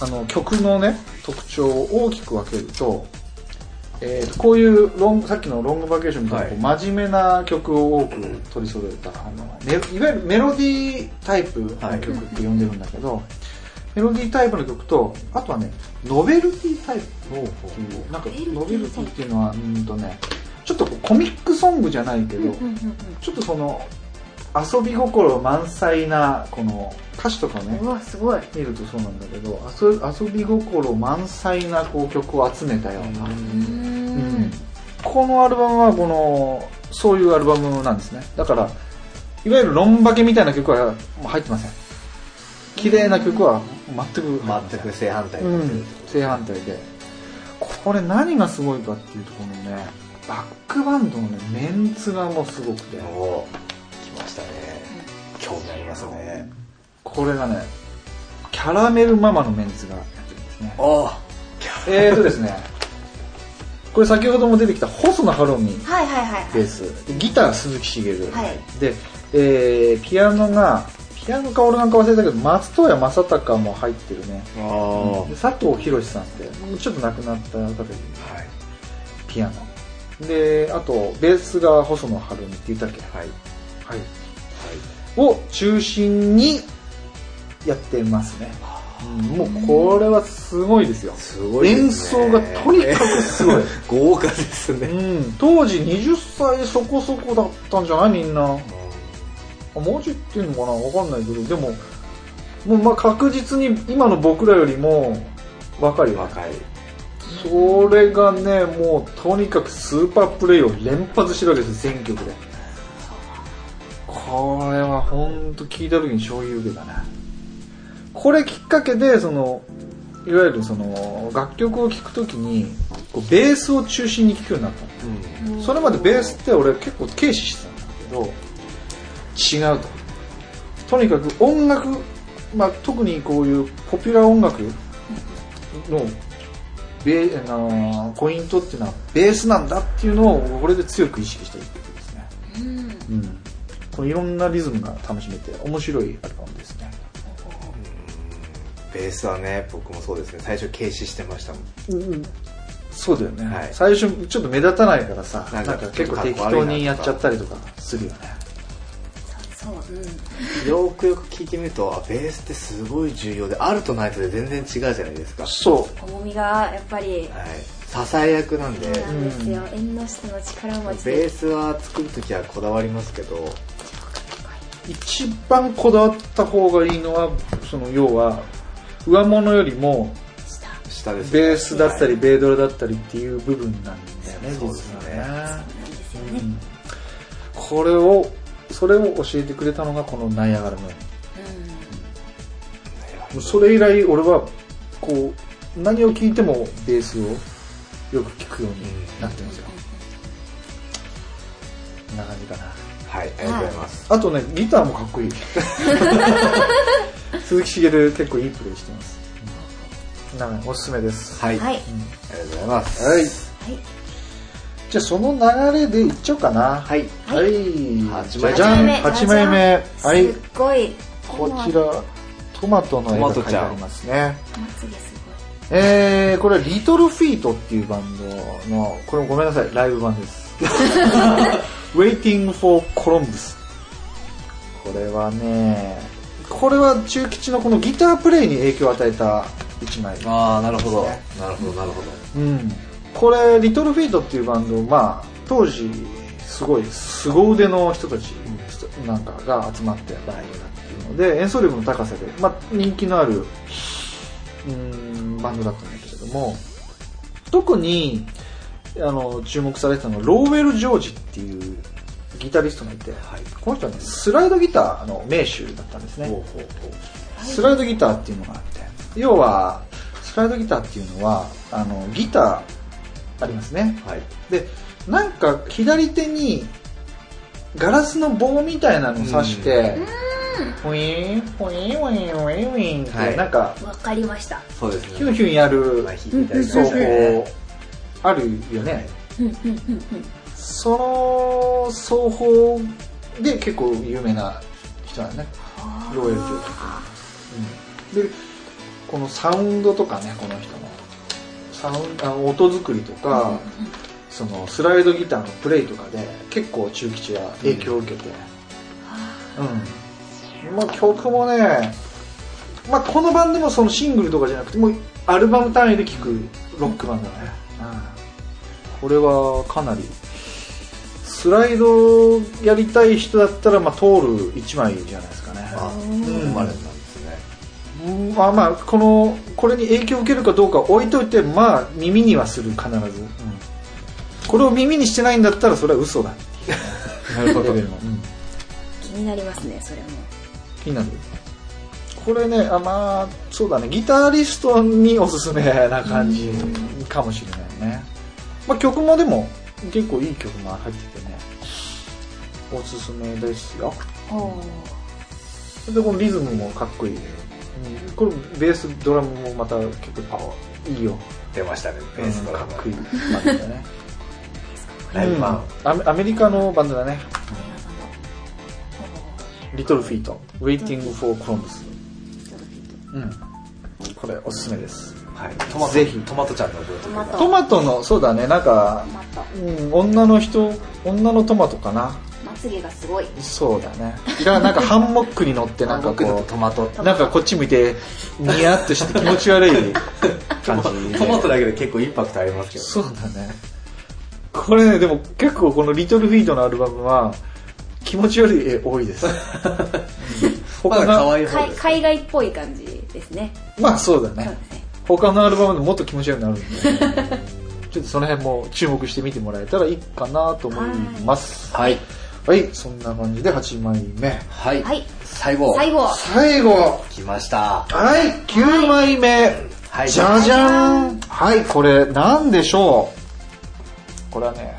Speaker 4: あの曲のね特徴を大きく分けると,、えーとこういうロングさっきの「ロングバケーション」みたいな、
Speaker 1: はい
Speaker 4: こう真面目な曲を多く取り揃えたあのメロいわゆるメロディータイプの曲って呼んでるんだけど、メロディータイプの曲とあとはねノベルティタイプっていうなんかノベルティっていうのはうーんとねちょっとこうコミックソングじゃないけど、
Speaker 2: うんうん
Speaker 4: ちょっとその遊び心満載なこの歌詞とかね
Speaker 2: うんうわすごい
Speaker 4: 見るとそうなんだけど遊遊び心満載なこう曲を集めたような、
Speaker 2: うーん
Speaker 4: このアルバムはこのそういうアルバムなんですねだからいわゆるロンバケみたいな曲はもう入ってません綺麗な曲は全く入ってませ
Speaker 1: 全
Speaker 4: ん
Speaker 1: く正反対に
Speaker 4: う
Speaker 1: なってる
Speaker 4: ん、正反対でこれ何がすごいかっていうとこのねバックバンドのねメンツがもうすごくて
Speaker 1: おお来ましたね興味ありますね
Speaker 4: これがねキャラメルママのメンツがやってるんですね
Speaker 1: おお
Speaker 4: えーとですねこれ先ほども出てきた細野晴臣
Speaker 2: はいはいはいはい
Speaker 4: ですギター鈴木茂
Speaker 2: はい
Speaker 4: で、えーピアノがピアノかオルガンか忘れたけど松任谷正隆も入ってるね
Speaker 1: ああ
Speaker 4: で佐藤博さんってもうちょっと亡くなった方で
Speaker 1: はい
Speaker 4: ピアノであとベースが細野晴臣って言ったっけ
Speaker 1: はい
Speaker 4: はい、を中心にやってますね、うんもうこれはすごいですよ
Speaker 1: すごい
Speaker 4: 演
Speaker 1: ですね
Speaker 4: 奏がとにかくすごい、
Speaker 1: 豪華です
Speaker 4: う
Speaker 1: ね
Speaker 4: ん、当時20歳そこそこだったんじゃないみんなあ文字っていうのかなわかんないけどでももうまあ確実に今の僕らよりも若いよね
Speaker 1: 若い
Speaker 4: それがねもうとにかくスーパープレイを連発してるわけですよ全曲でこれは本当聞いた時に衝撃受けたねこれきっかけでそのいわゆるその楽曲を聴く時にこうベースを中心に聴くようになったのそれまでベースって俺結構軽視してたんだけど違うととにかく音楽、まあ、特にこういうポピュラー音楽のベーあのーポイントっていうのはベースなんだっていうのをこれで強く意識していくんですね、
Speaker 2: うん
Speaker 4: うん、このいろんなリズムが楽しめて面白いアルバムですね
Speaker 1: ベースはね僕もそうですね最初軽視してましたもん
Speaker 4: そうだよね、
Speaker 1: はい
Speaker 4: 最初ちょっと目立たないからさ
Speaker 1: な
Speaker 4: なんん
Speaker 1: か
Speaker 4: か結構適当にやっちゃったりとかするよね
Speaker 2: そううん
Speaker 1: よくよく聞いてみるとあベースってすごい重要であるとないとで全然違うじゃないですかは
Speaker 4: そう
Speaker 2: 重みがやっぱ
Speaker 1: い
Speaker 2: り
Speaker 1: 支え役なんで
Speaker 2: なんですよ縁の下の力持ち
Speaker 1: ベー
Speaker 2: で
Speaker 1: スは作るときはこだわりますけど
Speaker 4: 一番こだわった方がいいのはその要は上物よりも
Speaker 2: した
Speaker 1: 下ですね
Speaker 4: ベースだった
Speaker 1: は
Speaker 4: り
Speaker 1: い
Speaker 4: ベードラだったりっていう部分なんだよね
Speaker 1: そうですね
Speaker 4: 実はね
Speaker 2: なんですよね
Speaker 4: うんこれをそれを教えてくれたのがこの「ナイアガラの夜」もうそれ以来俺はこう何を聞いてもベースをよく聞くようになってますよこんな感じかな
Speaker 1: はいありがとうございます
Speaker 4: あとねギターもかっこいい鈴木茂結構いいプレイしてますなんかおすすめです
Speaker 1: は
Speaker 2: う
Speaker 1: い
Speaker 2: んはい
Speaker 1: ありがとうございます
Speaker 4: はい
Speaker 2: はい
Speaker 4: じゃあその流れでいっちゃおうかな
Speaker 1: はい
Speaker 4: はい、
Speaker 1: 八
Speaker 4: じ
Speaker 1: 枚
Speaker 4: ゃじゃん
Speaker 2: 目
Speaker 4: 8枚目
Speaker 2: す
Speaker 4: はい
Speaker 2: っごい
Speaker 4: こちらトマトの絵が書いてありますね
Speaker 2: まつげす
Speaker 4: えー、これはリトルフィートっていうバンドのこれもごめんなさいライブ版です (laughs) Waiting for Columbus これはねこれは中吉のこのギタープレイに影響を与えた一枚
Speaker 1: ああなるほど
Speaker 4: そうです
Speaker 1: なるほどなるほど
Speaker 4: うん、これリトルフィートっていうバンドまあ当時すごい凄腕の人たちなんかが集まってバンドだっていうので演奏力の高さで、まあ、人気のあるうんバンドだったんだけれども特にあの注目されてたのがローウェル・ジョージっていうギタリストがいて、この人は、ね、スライドギターの名手だったんですね
Speaker 1: ほうほうほう
Speaker 4: スライドギターっていうのがあって要はスライドギターっていうのはあのギターありますね
Speaker 1: はい
Speaker 4: でなんか左手にガラスの棒みたいなのを刺してウィーンウィーンウィーンウィーンウィーンって、
Speaker 1: はい
Speaker 4: なんか
Speaker 2: ごいわかりました
Speaker 1: そうですね
Speaker 4: ヒュンヒュンやる
Speaker 1: まあ弾いたり
Speaker 4: 奏
Speaker 1: して
Speaker 4: 法あるよね
Speaker 2: うんうんうんうん
Speaker 4: その奏法で結構有名な人なんだねローエルというかうんでこのサウンドとかねこの人のサウンあの音作りとか、そのスライドギターのプレイとかで結構中吉は影響を受けてうん、まあ、曲もね、まあ、このバンドもそのシングルとかじゃなくてもうアルバム単位で聴くロックバンドだね、うん、これはかなりスライドやりたい人だったら、まあ、通る1枚じゃないですかね
Speaker 1: あ生まれたんですね
Speaker 4: うんまあまあこのこれに影響を受けるかどうかは置いといてまあ耳にはする必ず、これを耳にしてないんだったらそれは嘘だ
Speaker 1: なるほ
Speaker 4: レ
Speaker 1: ど
Speaker 4: ベルの、うん
Speaker 2: 気になりますねそれも
Speaker 4: (laughs) 気になるこれねあまあそうだねギタリストにおすすめな感じかもしれないね、まあ、曲もでも結構いい曲も入っててねおすすめですよ
Speaker 2: ほ
Speaker 4: それでこのリズムもかっこいい、うんこれベースドラムもまた結構パワーいいよ
Speaker 1: 出ましたねベースの
Speaker 4: うんかっこいいバンドだね
Speaker 1: ライブマン
Speaker 4: うんアメアメリカのバンドだねリトルフィート Waiting for Crumbs うんこれおすすめです
Speaker 1: はいトマト
Speaker 4: ぜひ
Speaker 1: トマトちゃんの覚えて
Speaker 2: ト
Speaker 1: く
Speaker 2: マト
Speaker 4: トマトのそうだねなんか、
Speaker 2: また
Speaker 4: うん、女の人女のトマトかな
Speaker 2: まつげがすごい
Speaker 4: そうだねがなんかハンモックに乗ってなんか
Speaker 1: 僕の
Speaker 4: こ
Speaker 1: トマト
Speaker 4: うなんかこっち向いてニヤッとして気持ち悪い感じで
Speaker 1: トマトだけで結構インパクトありますけど
Speaker 4: そうだねこれねでも結構この「リトルフィートのアルバムは気持ち悪い絵多いです
Speaker 1: ま
Speaker 4: (laughs) 他
Speaker 1: だ可
Speaker 4: の
Speaker 1: 愛い方
Speaker 2: 海
Speaker 1: です
Speaker 2: 海外っぽい感じですね
Speaker 4: まあそうだ
Speaker 2: そうで
Speaker 4: ね
Speaker 2: すね
Speaker 4: 他のアルバムでももっと気持ち悪くな (laughs) るんでちょっとその辺も注目して見てもらえたらいいかなと思います
Speaker 1: はい
Speaker 4: はい、そんな感じで8枚目。
Speaker 1: はい、
Speaker 2: はい
Speaker 1: 最後
Speaker 2: 最後
Speaker 4: 最後、
Speaker 1: 来ました
Speaker 4: はい、9枚目。
Speaker 1: はい
Speaker 4: じゃじゃんはい、これ、なんでしょうこれはね、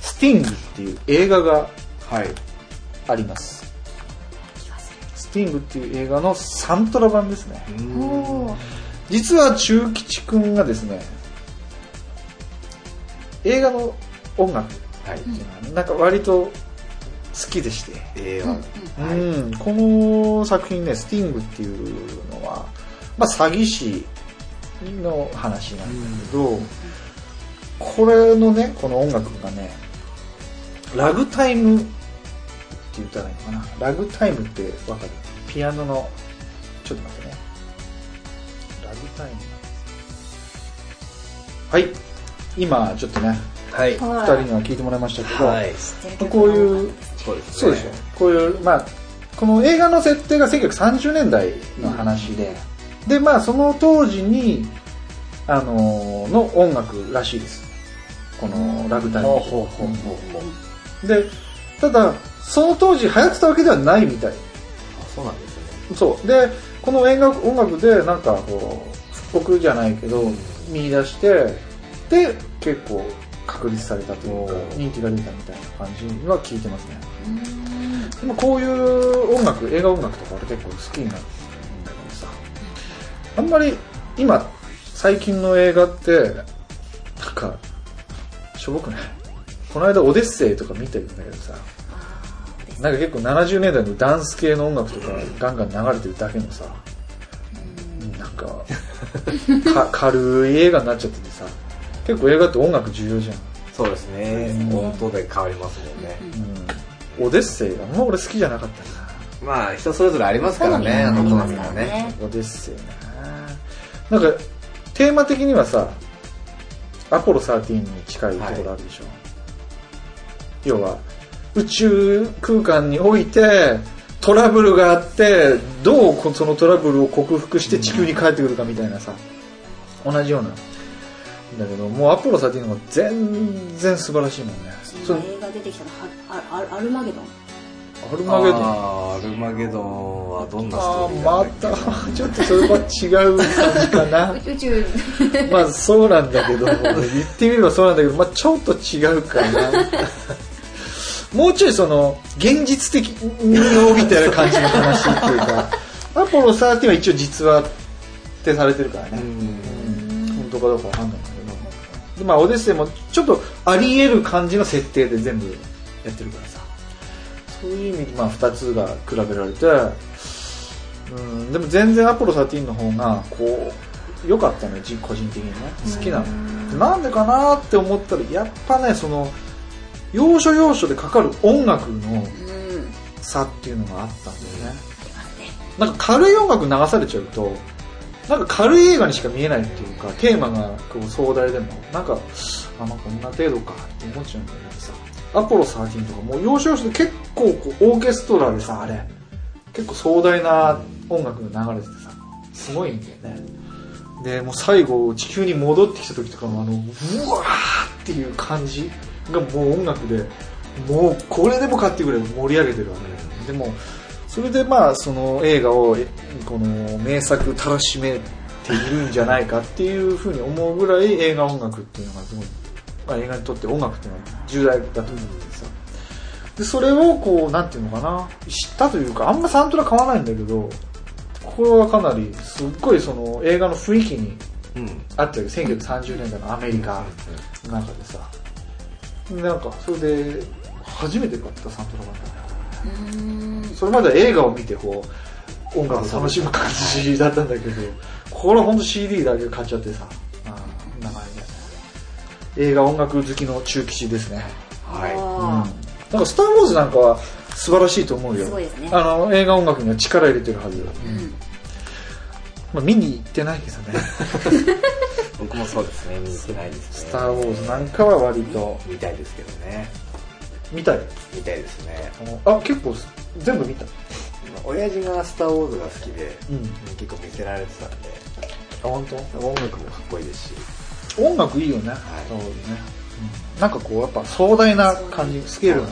Speaker 4: スティングっていう映画が
Speaker 1: はい
Speaker 4: あります。スティングっていう映画のサントラ版ですね。
Speaker 2: おお
Speaker 4: 実は中吉くんがですね、映画の音楽って
Speaker 1: はい
Speaker 4: いうのはなんか割と好きでして、
Speaker 1: 映画はい
Speaker 4: うん、この作品ね、スティングっていうのは、まあ、詐欺師の話なんだけど、これのね、この音楽がね、ラグタイムって言ったらいいのかな。ラグタイムってわかるピアノの、ちょっと待ってね。ラグタイム。はい。今、ちょっとね、
Speaker 1: はい
Speaker 4: 二人には聞いてもらいましたけど、
Speaker 1: はい
Speaker 4: こういう
Speaker 1: そうです
Speaker 4: そうでしょ、こういう、まあ、この映画の設定が1930年代の話で、で、まあ、その当時に、あのーの音楽らしいです。このラグタイム。
Speaker 1: ほうほうほうほうほう
Speaker 4: で、ただ、その当時流行ってたわけではないみたい。
Speaker 1: あそうなんですね
Speaker 4: そう。で、この音楽音楽で、なんかこう、復刻じゃないけど、見出して、で、結構確立されたというか
Speaker 1: お、ー
Speaker 4: 人気が出たみたいな感じは聞いてますね。でもこういう音楽、映画音楽とか俺結構好きになるんだけどさ、あんまり今、最近の映画って、なんか、しょぼくないこの間オデッセイとか見てるんだけどさ、なんか結構70年代のダンス系の音楽とかガンガン流れてるだけのさ、なんかか軽い映画になっちゃっててさ、結構映画って音楽重要じゃん。
Speaker 1: そうですね音で変わりますもんね
Speaker 4: オデッセイがあんま俺好きじゃなかったな。
Speaker 1: まあ人それぞれありますからねあの好みがね
Speaker 4: そうですよねなんかテーマ的にはさアポロ13に近いところあるでしょ、要は宇宙空間においてトラブルがあってどうこそのトラブルを克服して地球に帰ってくるかみたいなさ、同じようなんだけどもうアポロ13の方が全然素晴らしいもんねそれ
Speaker 2: 映画出てきたのはあアルマゲドン
Speaker 4: アルマゲドン
Speaker 1: あーアルマゲドンはどんなスト
Speaker 4: あ
Speaker 1: ーリー
Speaker 4: ま
Speaker 1: だったけ
Speaker 4: ちょっとそれは違う感じか (laughs) な
Speaker 2: 宇宇宙
Speaker 4: (laughs) まあそうなんだけど、言ってみればそうなんだけど、まあちょっと違う
Speaker 1: (laughs)
Speaker 4: かな。もうちょいその、現実的のみたいな感じの話ってい
Speaker 1: (laughs)
Speaker 4: うか、アポロ13は一応実話ってされてるから
Speaker 1: う
Speaker 4: ね。
Speaker 1: ん
Speaker 4: 本当かどうかわかんないんだけど。で、まあオデッセイもちょっとあり得る感じの設定で全部やってるからさ。そういう意味で、まあ、2つが比べられて、うん、でも全然アポロ13の方がこう良かったねじ個人的にね好きなのなんでかなって思ったらやっぱねその要所要所でかかる音楽の
Speaker 2: うん
Speaker 4: 差っていうのがあったんだよねなんか軽い音楽流されちゃうとなんか軽い映画にしか見えないっていうかテーマがこう壮大でもなんかあまあこんな程度かって思っちゃうんだけどさアポロ13とかもう要所要所で結構こうオーケストラでさあれ結構壮大な音楽が流れててさすごいんだよねでもう最後地球に戻ってきた時とかもあのうわーっていう感じがもう音楽でもうこれでもかっていうぐらい盛り上げてるわけでもそれでまあその映画をえこの名作たらしめているんじゃないかっていうふうに思うぐらい映画音楽っていうのがすごい、まあ、映画にとって音楽っていうのは重大だと思うんですよでそれをこうなんていうのかな知ったというかあんまサントラ買わないんだけどこれはかなりすっごいその映画の雰囲気に
Speaker 1: うん
Speaker 4: あったよ1930年代のアメリカの中でさなんかそれで初めて買ったサントラ版だね
Speaker 2: うん
Speaker 4: それまでは映画を見てこう音楽を楽しむ感じだったんだけどこれは本当 CD だけ買っちゃってさ、うん、名前で映画音楽好きの中吉ですね、
Speaker 1: は
Speaker 4: うん、
Speaker 2: あ
Speaker 4: な
Speaker 2: ー
Speaker 4: んか「スター・ウォーズ」なんかは素晴らしいと思うよ
Speaker 2: すごいですね
Speaker 4: あの映画音楽には力入れてるはず、
Speaker 2: うん
Speaker 4: まあ、見に行ってないけど
Speaker 2: (laughs)
Speaker 4: ね
Speaker 1: い僕もそうですね見に行ってないで
Speaker 4: 「ス
Speaker 1: す
Speaker 4: タ
Speaker 1: ね
Speaker 4: ー・ウォーズ」なんかは割と
Speaker 1: 見たいですけどね
Speaker 4: 見たい
Speaker 1: 見たいですね
Speaker 4: あ結構全部見た
Speaker 1: 親父が「スター・ウォーズ」が好きで、
Speaker 4: うん
Speaker 1: 結構見せられてたんで
Speaker 4: あ本当
Speaker 1: 音楽もかっこいいですし
Speaker 4: 音楽いいよね、そうね、うんなんかこうやっぱ壮大な感じスケールが、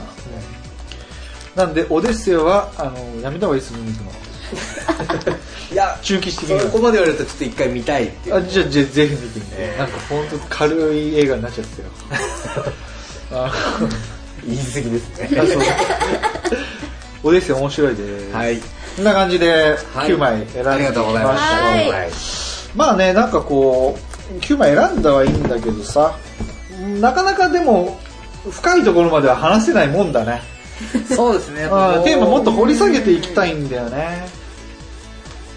Speaker 4: なんでオデッセイはあのやめた方がいいです見に行くの
Speaker 1: いや
Speaker 4: 中期的に
Speaker 1: そこ
Speaker 4: は
Speaker 1: まで言われるとちょっと一回見たいっていう
Speaker 4: あじゃあぜぜひ見てみて、
Speaker 1: ええ
Speaker 4: なんか本当軽い映画になっちゃった
Speaker 2: (laughs)
Speaker 4: よあ
Speaker 1: 言い過ぎですね
Speaker 4: あそうオデッセイ面白いです、
Speaker 1: はい
Speaker 4: こんな感じで
Speaker 1: はい
Speaker 4: 9枚選んできました、
Speaker 1: ありがとうございました、
Speaker 2: はい
Speaker 4: まあね、なんかこう、9枚選んだはいいんだけどさ、なかなかでも、深いところまでは話せないもんだね。
Speaker 1: そうですね
Speaker 4: あーテーマもっと掘り下げていきたいんだよね。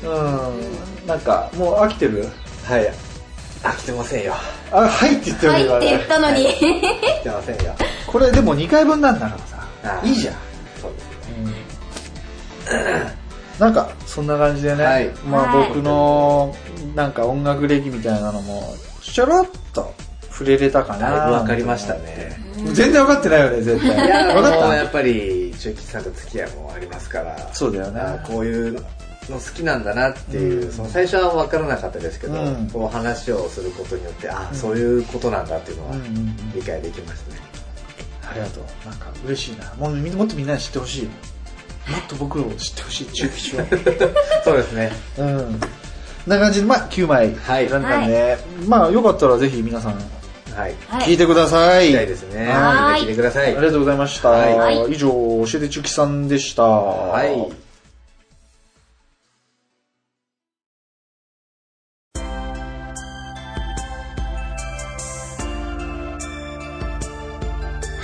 Speaker 4: うん、なんか、もう飽きてる
Speaker 1: はい飽きてませんよ
Speaker 4: あ、はいって言ってる
Speaker 2: は
Speaker 4: ね
Speaker 2: い
Speaker 4: 今
Speaker 2: って言っ
Speaker 4: ね。
Speaker 2: たのに
Speaker 1: 飽きてませんよ
Speaker 4: これでも2回分なんだからさ
Speaker 1: あ、ー
Speaker 4: いいじゃん。
Speaker 1: そうですね
Speaker 4: なんか、そんな感じでね、
Speaker 1: はい
Speaker 4: ま
Speaker 2: は
Speaker 4: あ
Speaker 2: い
Speaker 4: 僕の、なんか音楽歴みたいなのも、ちょろっと触れれたかな。
Speaker 1: だいぶわかりましたね
Speaker 4: 全然分かってないよね、絶対。
Speaker 1: いや
Speaker 4: 分
Speaker 1: もう
Speaker 4: か
Speaker 1: や
Speaker 4: っ
Speaker 1: っぱり中吉さんと付き合いもありますから
Speaker 4: たそうだよね。
Speaker 1: あーこういうの好きなんだなっていう、
Speaker 4: うん
Speaker 1: その最初は分からなかったですけど、
Speaker 4: うん
Speaker 1: こう話をすることによってあー、そういうことなんだっていうのは
Speaker 4: うんうんうん
Speaker 1: 理解できましたね、
Speaker 4: ありがとう。なんか嬉しいな。もうみもっとみんなに知ってほしい。もっと僕らを知ってほしい、中吉を。
Speaker 1: そうですね
Speaker 4: うん。こんな感じで、まあ9枚
Speaker 1: はい
Speaker 4: 選んだんで、まあよかったらぜひ皆さん
Speaker 1: はい
Speaker 2: は
Speaker 4: 聞いてください。
Speaker 1: 期待ですね
Speaker 4: はい
Speaker 1: 見てきてください
Speaker 4: ありがとうございました。
Speaker 2: はい
Speaker 4: 以上、教えて中吉さんでした。
Speaker 1: はい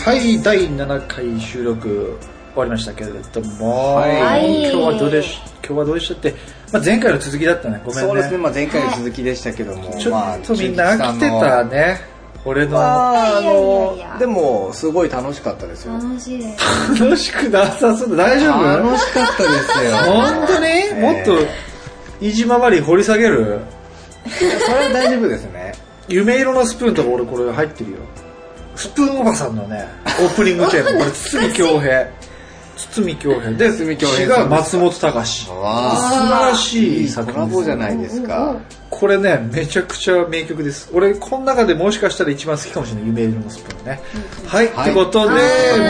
Speaker 4: はい、第7回収録終わりましたけれども、
Speaker 1: はい
Speaker 4: 今日はどうでし今日はどうでしたって、まあ、前回の続きだったね、ごめんね。
Speaker 1: そうですね、まあ、前回の続きでしたけども、
Speaker 4: ちょ
Speaker 1: まあ
Speaker 4: っとみんな飽きてたね、俺の。
Speaker 1: まあ、あ
Speaker 2: いやいやいや
Speaker 1: の、でも、すごい楽しかったですよ。
Speaker 2: 楽しいです
Speaker 4: 楽しくなさそうだ大丈夫
Speaker 1: 楽しかったですよ。
Speaker 4: 本当に、
Speaker 1: ー
Speaker 4: もっと、飯島まり掘り下げる
Speaker 1: それは大丈夫ですね。
Speaker 4: 夢色のスプーンとか俺これ入ってるよ。スプーンおばさんのね、オープニン
Speaker 1: (laughs)
Speaker 4: グテーマ、これ、堤京平。堤京平。で、
Speaker 1: 堤恭平
Speaker 4: 詩が松本隆。素
Speaker 1: わ
Speaker 4: 晴ら
Speaker 1: あ、
Speaker 4: し
Speaker 1: い
Speaker 4: い
Speaker 1: い
Speaker 4: 作
Speaker 1: コラ
Speaker 4: 品です
Speaker 1: ボじゃないですか。
Speaker 4: これね、めちゃくちゃ名曲です。俺、この中でもしかしたら一番好きかもしれない、夢色のスプーンね。はい、
Speaker 1: はい
Speaker 4: ってことで、もう
Speaker 1: は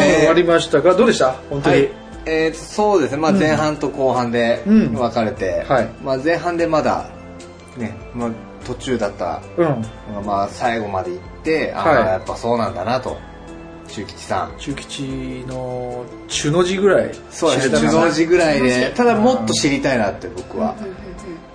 Speaker 1: い
Speaker 4: 終わりましたが、どうでした本当に。
Speaker 1: はい。えーと、そうですね、まあ、前半と後半で
Speaker 4: うん
Speaker 1: 分かれて、
Speaker 4: はい
Speaker 1: まあ、前半でまだ、ね、まあ、途中だった
Speaker 4: うん。
Speaker 1: のが、まあ、最後まで行って、あ
Speaker 4: はい
Speaker 1: あ、やっぱそうなんだなと、中吉さん。
Speaker 4: 中吉の中の字ぐらい
Speaker 1: そうですね、
Speaker 4: 知
Speaker 1: 中
Speaker 4: れたか
Speaker 1: の
Speaker 4: な
Speaker 1: 字ぐらいで、ただもっと知りたいなって僕は。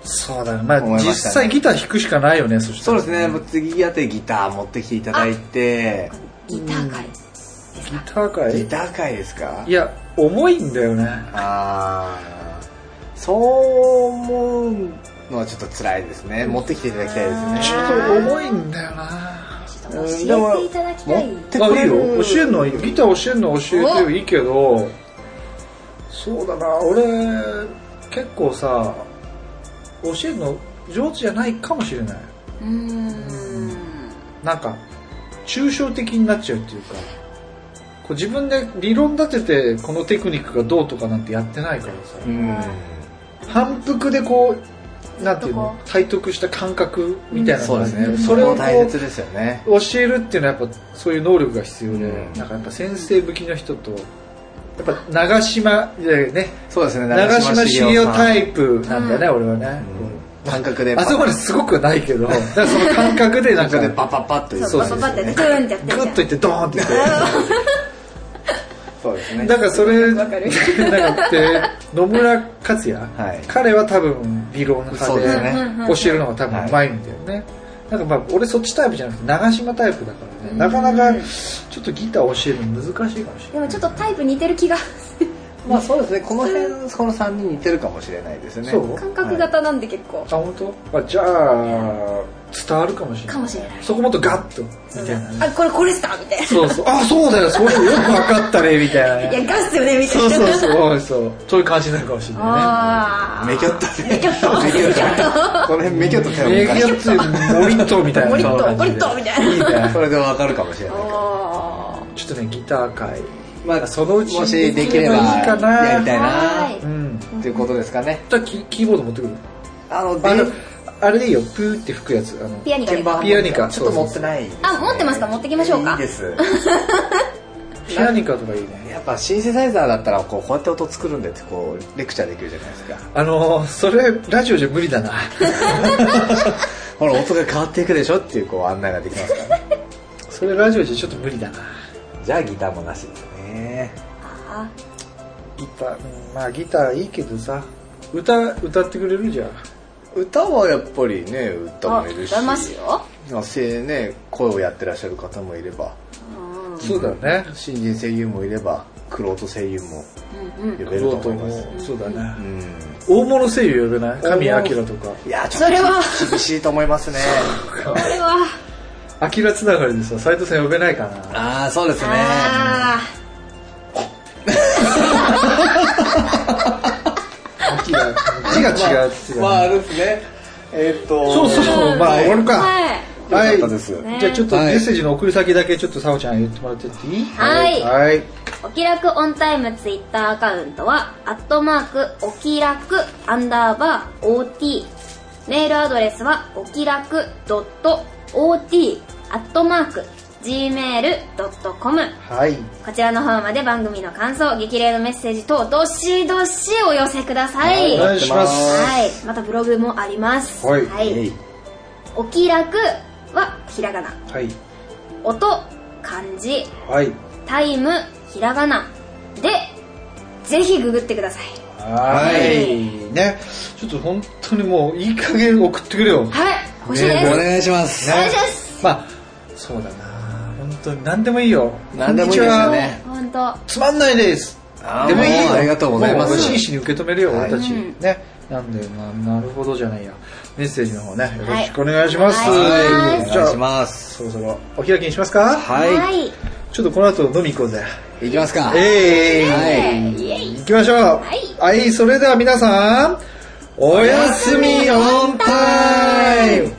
Speaker 4: そうだね、まあ
Speaker 1: 思いま
Speaker 4: 実
Speaker 1: したね
Speaker 4: 際ギター弾くしかないよねそした
Speaker 1: そう
Speaker 4: ら
Speaker 1: ですね、もう次あたりギター持ってきていただいて、
Speaker 2: ギター会です
Speaker 4: ギ
Speaker 2: か
Speaker 4: ター
Speaker 1: ギ
Speaker 4: 界
Speaker 1: ター界ですか
Speaker 4: いや、重いんだよね。
Speaker 1: ああそう思うのはちょっと辛いですね持ってきていただきたいです
Speaker 4: ちょ
Speaker 1: ね
Speaker 4: っと重いんだよな。
Speaker 2: ちょっと教えていただきたい
Speaker 1: うんでも持って
Speaker 4: あ、いいよ。教えるのはいいよ。ギター教えるの教えてよいいけど、そうだな、俺、結構さ、教えるの上手じゃないかもしれない。
Speaker 2: うーん
Speaker 4: なんか、抽象的になっちゃうっていうか、こう自分で理論立てて、このテクニックがどうとかなんてやってないからさ、
Speaker 1: うん
Speaker 4: 反復でこう、なんていうの、体得した感覚みたいな
Speaker 1: そう
Speaker 4: のがあ
Speaker 1: で
Speaker 4: って
Speaker 1: すね
Speaker 4: そ
Speaker 1: そ
Speaker 4: れ
Speaker 1: れ
Speaker 4: を
Speaker 1: も
Speaker 4: こ
Speaker 1: 大
Speaker 4: う
Speaker 1: 切ですよね
Speaker 4: 教えるっていうのはやっぱそういう能力が必要で、
Speaker 1: うん
Speaker 4: なんかやっぱ先生向きの人と、やっぱ長島、いやいやね、
Speaker 1: そうですね
Speaker 4: 長島茂雄タ
Speaker 1: イ
Speaker 4: イプなんだよね、俺はね。
Speaker 1: 感覚で
Speaker 4: あそこまですごくはないけど、なんかその感覚で
Speaker 1: 感
Speaker 4: なんか
Speaker 1: 覚 (laughs) でパッパッパッと
Speaker 2: そう
Speaker 4: そう
Speaker 2: パ
Speaker 4: そう
Speaker 2: パパってねグーンってやって
Speaker 4: グ
Speaker 2: る
Speaker 4: ッといってドーンっていって。
Speaker 1: そうですね
Speaker 4: だからそれ、な
Speaker 2: わ
Speaker 4: ん
Speaker 2: か
Speaker 4: かっ
Speaker 2: る
Speaker 4: て、野村克也、
Speaker 1: はい
Speaker 4: 彼は多分理論派
Speaker 1: そう
Speaker 4: で
Speaker 1: ですね
Speaker 4: 教えるのが多分うまいんだよね。なんかまあ俺そっちタイプじゃなくて長島タイプだからね、なかなかちょっとギター教えるの難しいかもしれ
Speaker 2: で
Speaker 4: な
Speaker 2: も
Speaker 4: い。
Speaker 2: ちょっとタイプ似てる気が
Speaker 1: まあそうですねこの辺この3人似てるかもしれないですね
Speaker 4: そう
Speaker 2: 感覚型なんで結構
Speaker 4: あ、本当？あじゃあ、伝わるかもしれ
Speaker 2: か
Speaker 4: ない。
Speaker 2: もしれない
Speaker 4: そこもっとガッと、みたいなね。
Speaker 2: あこれこれっすかみたい
Speaker 4: そうそう。あ、そうだよ、そういうよくわかったね、みたいなね。
Speaker 2: ないやガッすよねみたい
Speaker 4: そう
Speaker 2: な
Speaker 4: そうそうそう。そういう感じになるかもしれな
Speaker 2: ああ
Speaker 1: めきょっとね
Speaker 2: めきょっと
Speaker 1: めきょっとこの辺めきょっと手
Speaker 4: いね。
Speaker 1: を
Speaker 4: 名
Speaker 1: 動かし
Speaker 4: 言ってモリッとみたいな。
Speaker 2: モリッと
Speaker 4: そ
Speaker 2: モ
Speaker 4: うい
Speaker 2: リ
Speaker 4: う
Speaker 2: ッ
Speaker 4: 感
Speaker 2: と
Speaker 4: じ
Speaker 2: み
Speaker 4: で
Speaker 2: たいない
Speaker 4: いね
Speaker 1: て。それでわかるかもしれない
Speaker 2: あ
Speaker 4: ちょっとね、ギター界。
Speaker 1: まあそのうちもしできれば
Speaker 4: いいかな
Speaker 1: やりたい
Speaker 2: ー
Speaker 1: な
Speaker 2: はーい
Speaker 4: うん。
Speaker 1: っていうことですかね
Speaker 4: じゃあキ、キーボード持ってくる
Speaker 1: あの
Speaker 4: あ
Speaker 1: 電
Speaker 4: の、あれでいいよ。プーって吹くやつ。あの、
Speaker 2: ピアニカで
Speaker 1: 鍵盤
Speaker 4: ピアニカ
Speaker 1: ちょっと持ってないですね
Speaker 2: あ持ってますか持ってきましょうか
Speaker 1: いいで
Speaker 2: (laughs)
Speaker 1: す
Speaker 4: ピアニカとかいいね。
Speaker 1: やっぱシンセサイザーだったらこうこうやって音作るんでってこうレクチャーできるじゃないですか
Speaker 4: あのー、それ、ラジオじゃ無理だな。
Speaker 1: ほら音が変わっていくでしょっていうこう案内ができます (laughs) から、ね、
Speaker 4: それ、ラジオじゃちょっと無理だな。
Speaker 1: じゃあギターもなしですね
Speaker 2: あ
Speaker 4: ギター、うんまあギターいいけどさ。歌、歌ってくれるじゃん。
Speaker 1: 歌はやっぱりね歌
Speaker 2: あ
Speaker 1: もいるし
Speaker 2: 歌いますよ
Speaker 1: まあせね声をやってらっしゃる方もいれば
Speaker 2: うん
Speaker 4: そうだよね。
Speaker 1: 新人声優もいれば玄人声優も
Speaker 2: うんうん
Speaker 1: 呼べると思います
Speaker 4: そうだ
Speaker 1: う
Speaker 4: ね。
Speaker 1: ん
Speaker 4: 大物声優呼べない神谷明とか。
Speaker 1: いやちょ
Speaker 2: それは
Speaker 1: っと厳しいと思いますね
Speaker 2: これは
Speaker 4: アキラつながりでさ、斎藤さん呼べないか
Speaker 1: (laughs)
Speaker 4: な。
Speaker 1: ああそうですね
Speaker 2: あ
Speaker 4: アキラ、字が違うって言ってたね
Speaker 1: まああれですねえーっと
Speaker 4: そうそう
Speaker 2: ー
Speaker 4: まあ終わる
Speaker 2: あ
Speaker 4: か。
Speaker 2: はい
Speaker 1: はいよかったです
Speaker 2: ね
Speaker 4: じゃあちょっとメッセージの送り先だけちょっとさおちゃん言ってもらってっていい
Speaker 2: はい
Speaker 4: はい。
Speaker 2: おきらくオンタイムツイッターアカウントは、アットマーク、おきらく、アンダーバー、OT。メールアドレスは、おきらく、ドット、OT、アットマーク、gmail.com。
Speaker 4: はい。
Speaker 2: こちらの方まで番組の感想、激励のメッセージ等、どしどしお寄せください。
Speaker 4: お
Speaker 2: は
Speaker 4: 願い
Speaker 2: い。
Speaker 4: します。
Speaker 2: またブログもあります。
Speaker 4: はい
Speaker 1: えい
Speaker 2: おきらくは、ひらがな。
Speaker 4: はい。
Speaker 2: 音、漢字、
Speaker 4: はい。
Speaker 2: タイムひらがなでぜひググってください
Speaker 4: はい。ね。ちょっと本当にもういい加減送ってくれよ。
Speaker 2: はい欲しいです、
Speaker 1: お願いします
Speaker 2: お願いします
Speaker 4: まあ、そうだな本当に何でもいいよ。
Speaker 1: 何でもいいですよね
Speaker 2: 本当
Speaker 4: つまんないです。
Speaker 1: あー
Speaker 4: でもいいよ。
Speaker 1: ありがとうございます
Speaker 4: もう真摯に受け止めるよ、
Speaker 1: はい
Speaker 4: 俺たち。
Speaker 2: うん
Speaker 4: ね。なんで、まあ、なるほどじゃないや。メッセージの方ね、よろしくお願いします。
Speaker 2: はい
Speaker 1: お
Speaker 4: じゃ
Speaker 1: 願いし
Speaker 4: あ、
Speaker 1: ます
Speaker 4: そろそろお開きにしますか
Speaker 1: はい
Speaker 4: ちょっとこの後飲み行こうぜ。
Speaker 1: いいきますか
Speaker 4: えい、
Speaker 1: はい
Speaker 2: イエイ
Speaker 4: 行きましょう。
Speaker 2: い
Speaker 4: はい、それでは皆さん、おやすみオンタイム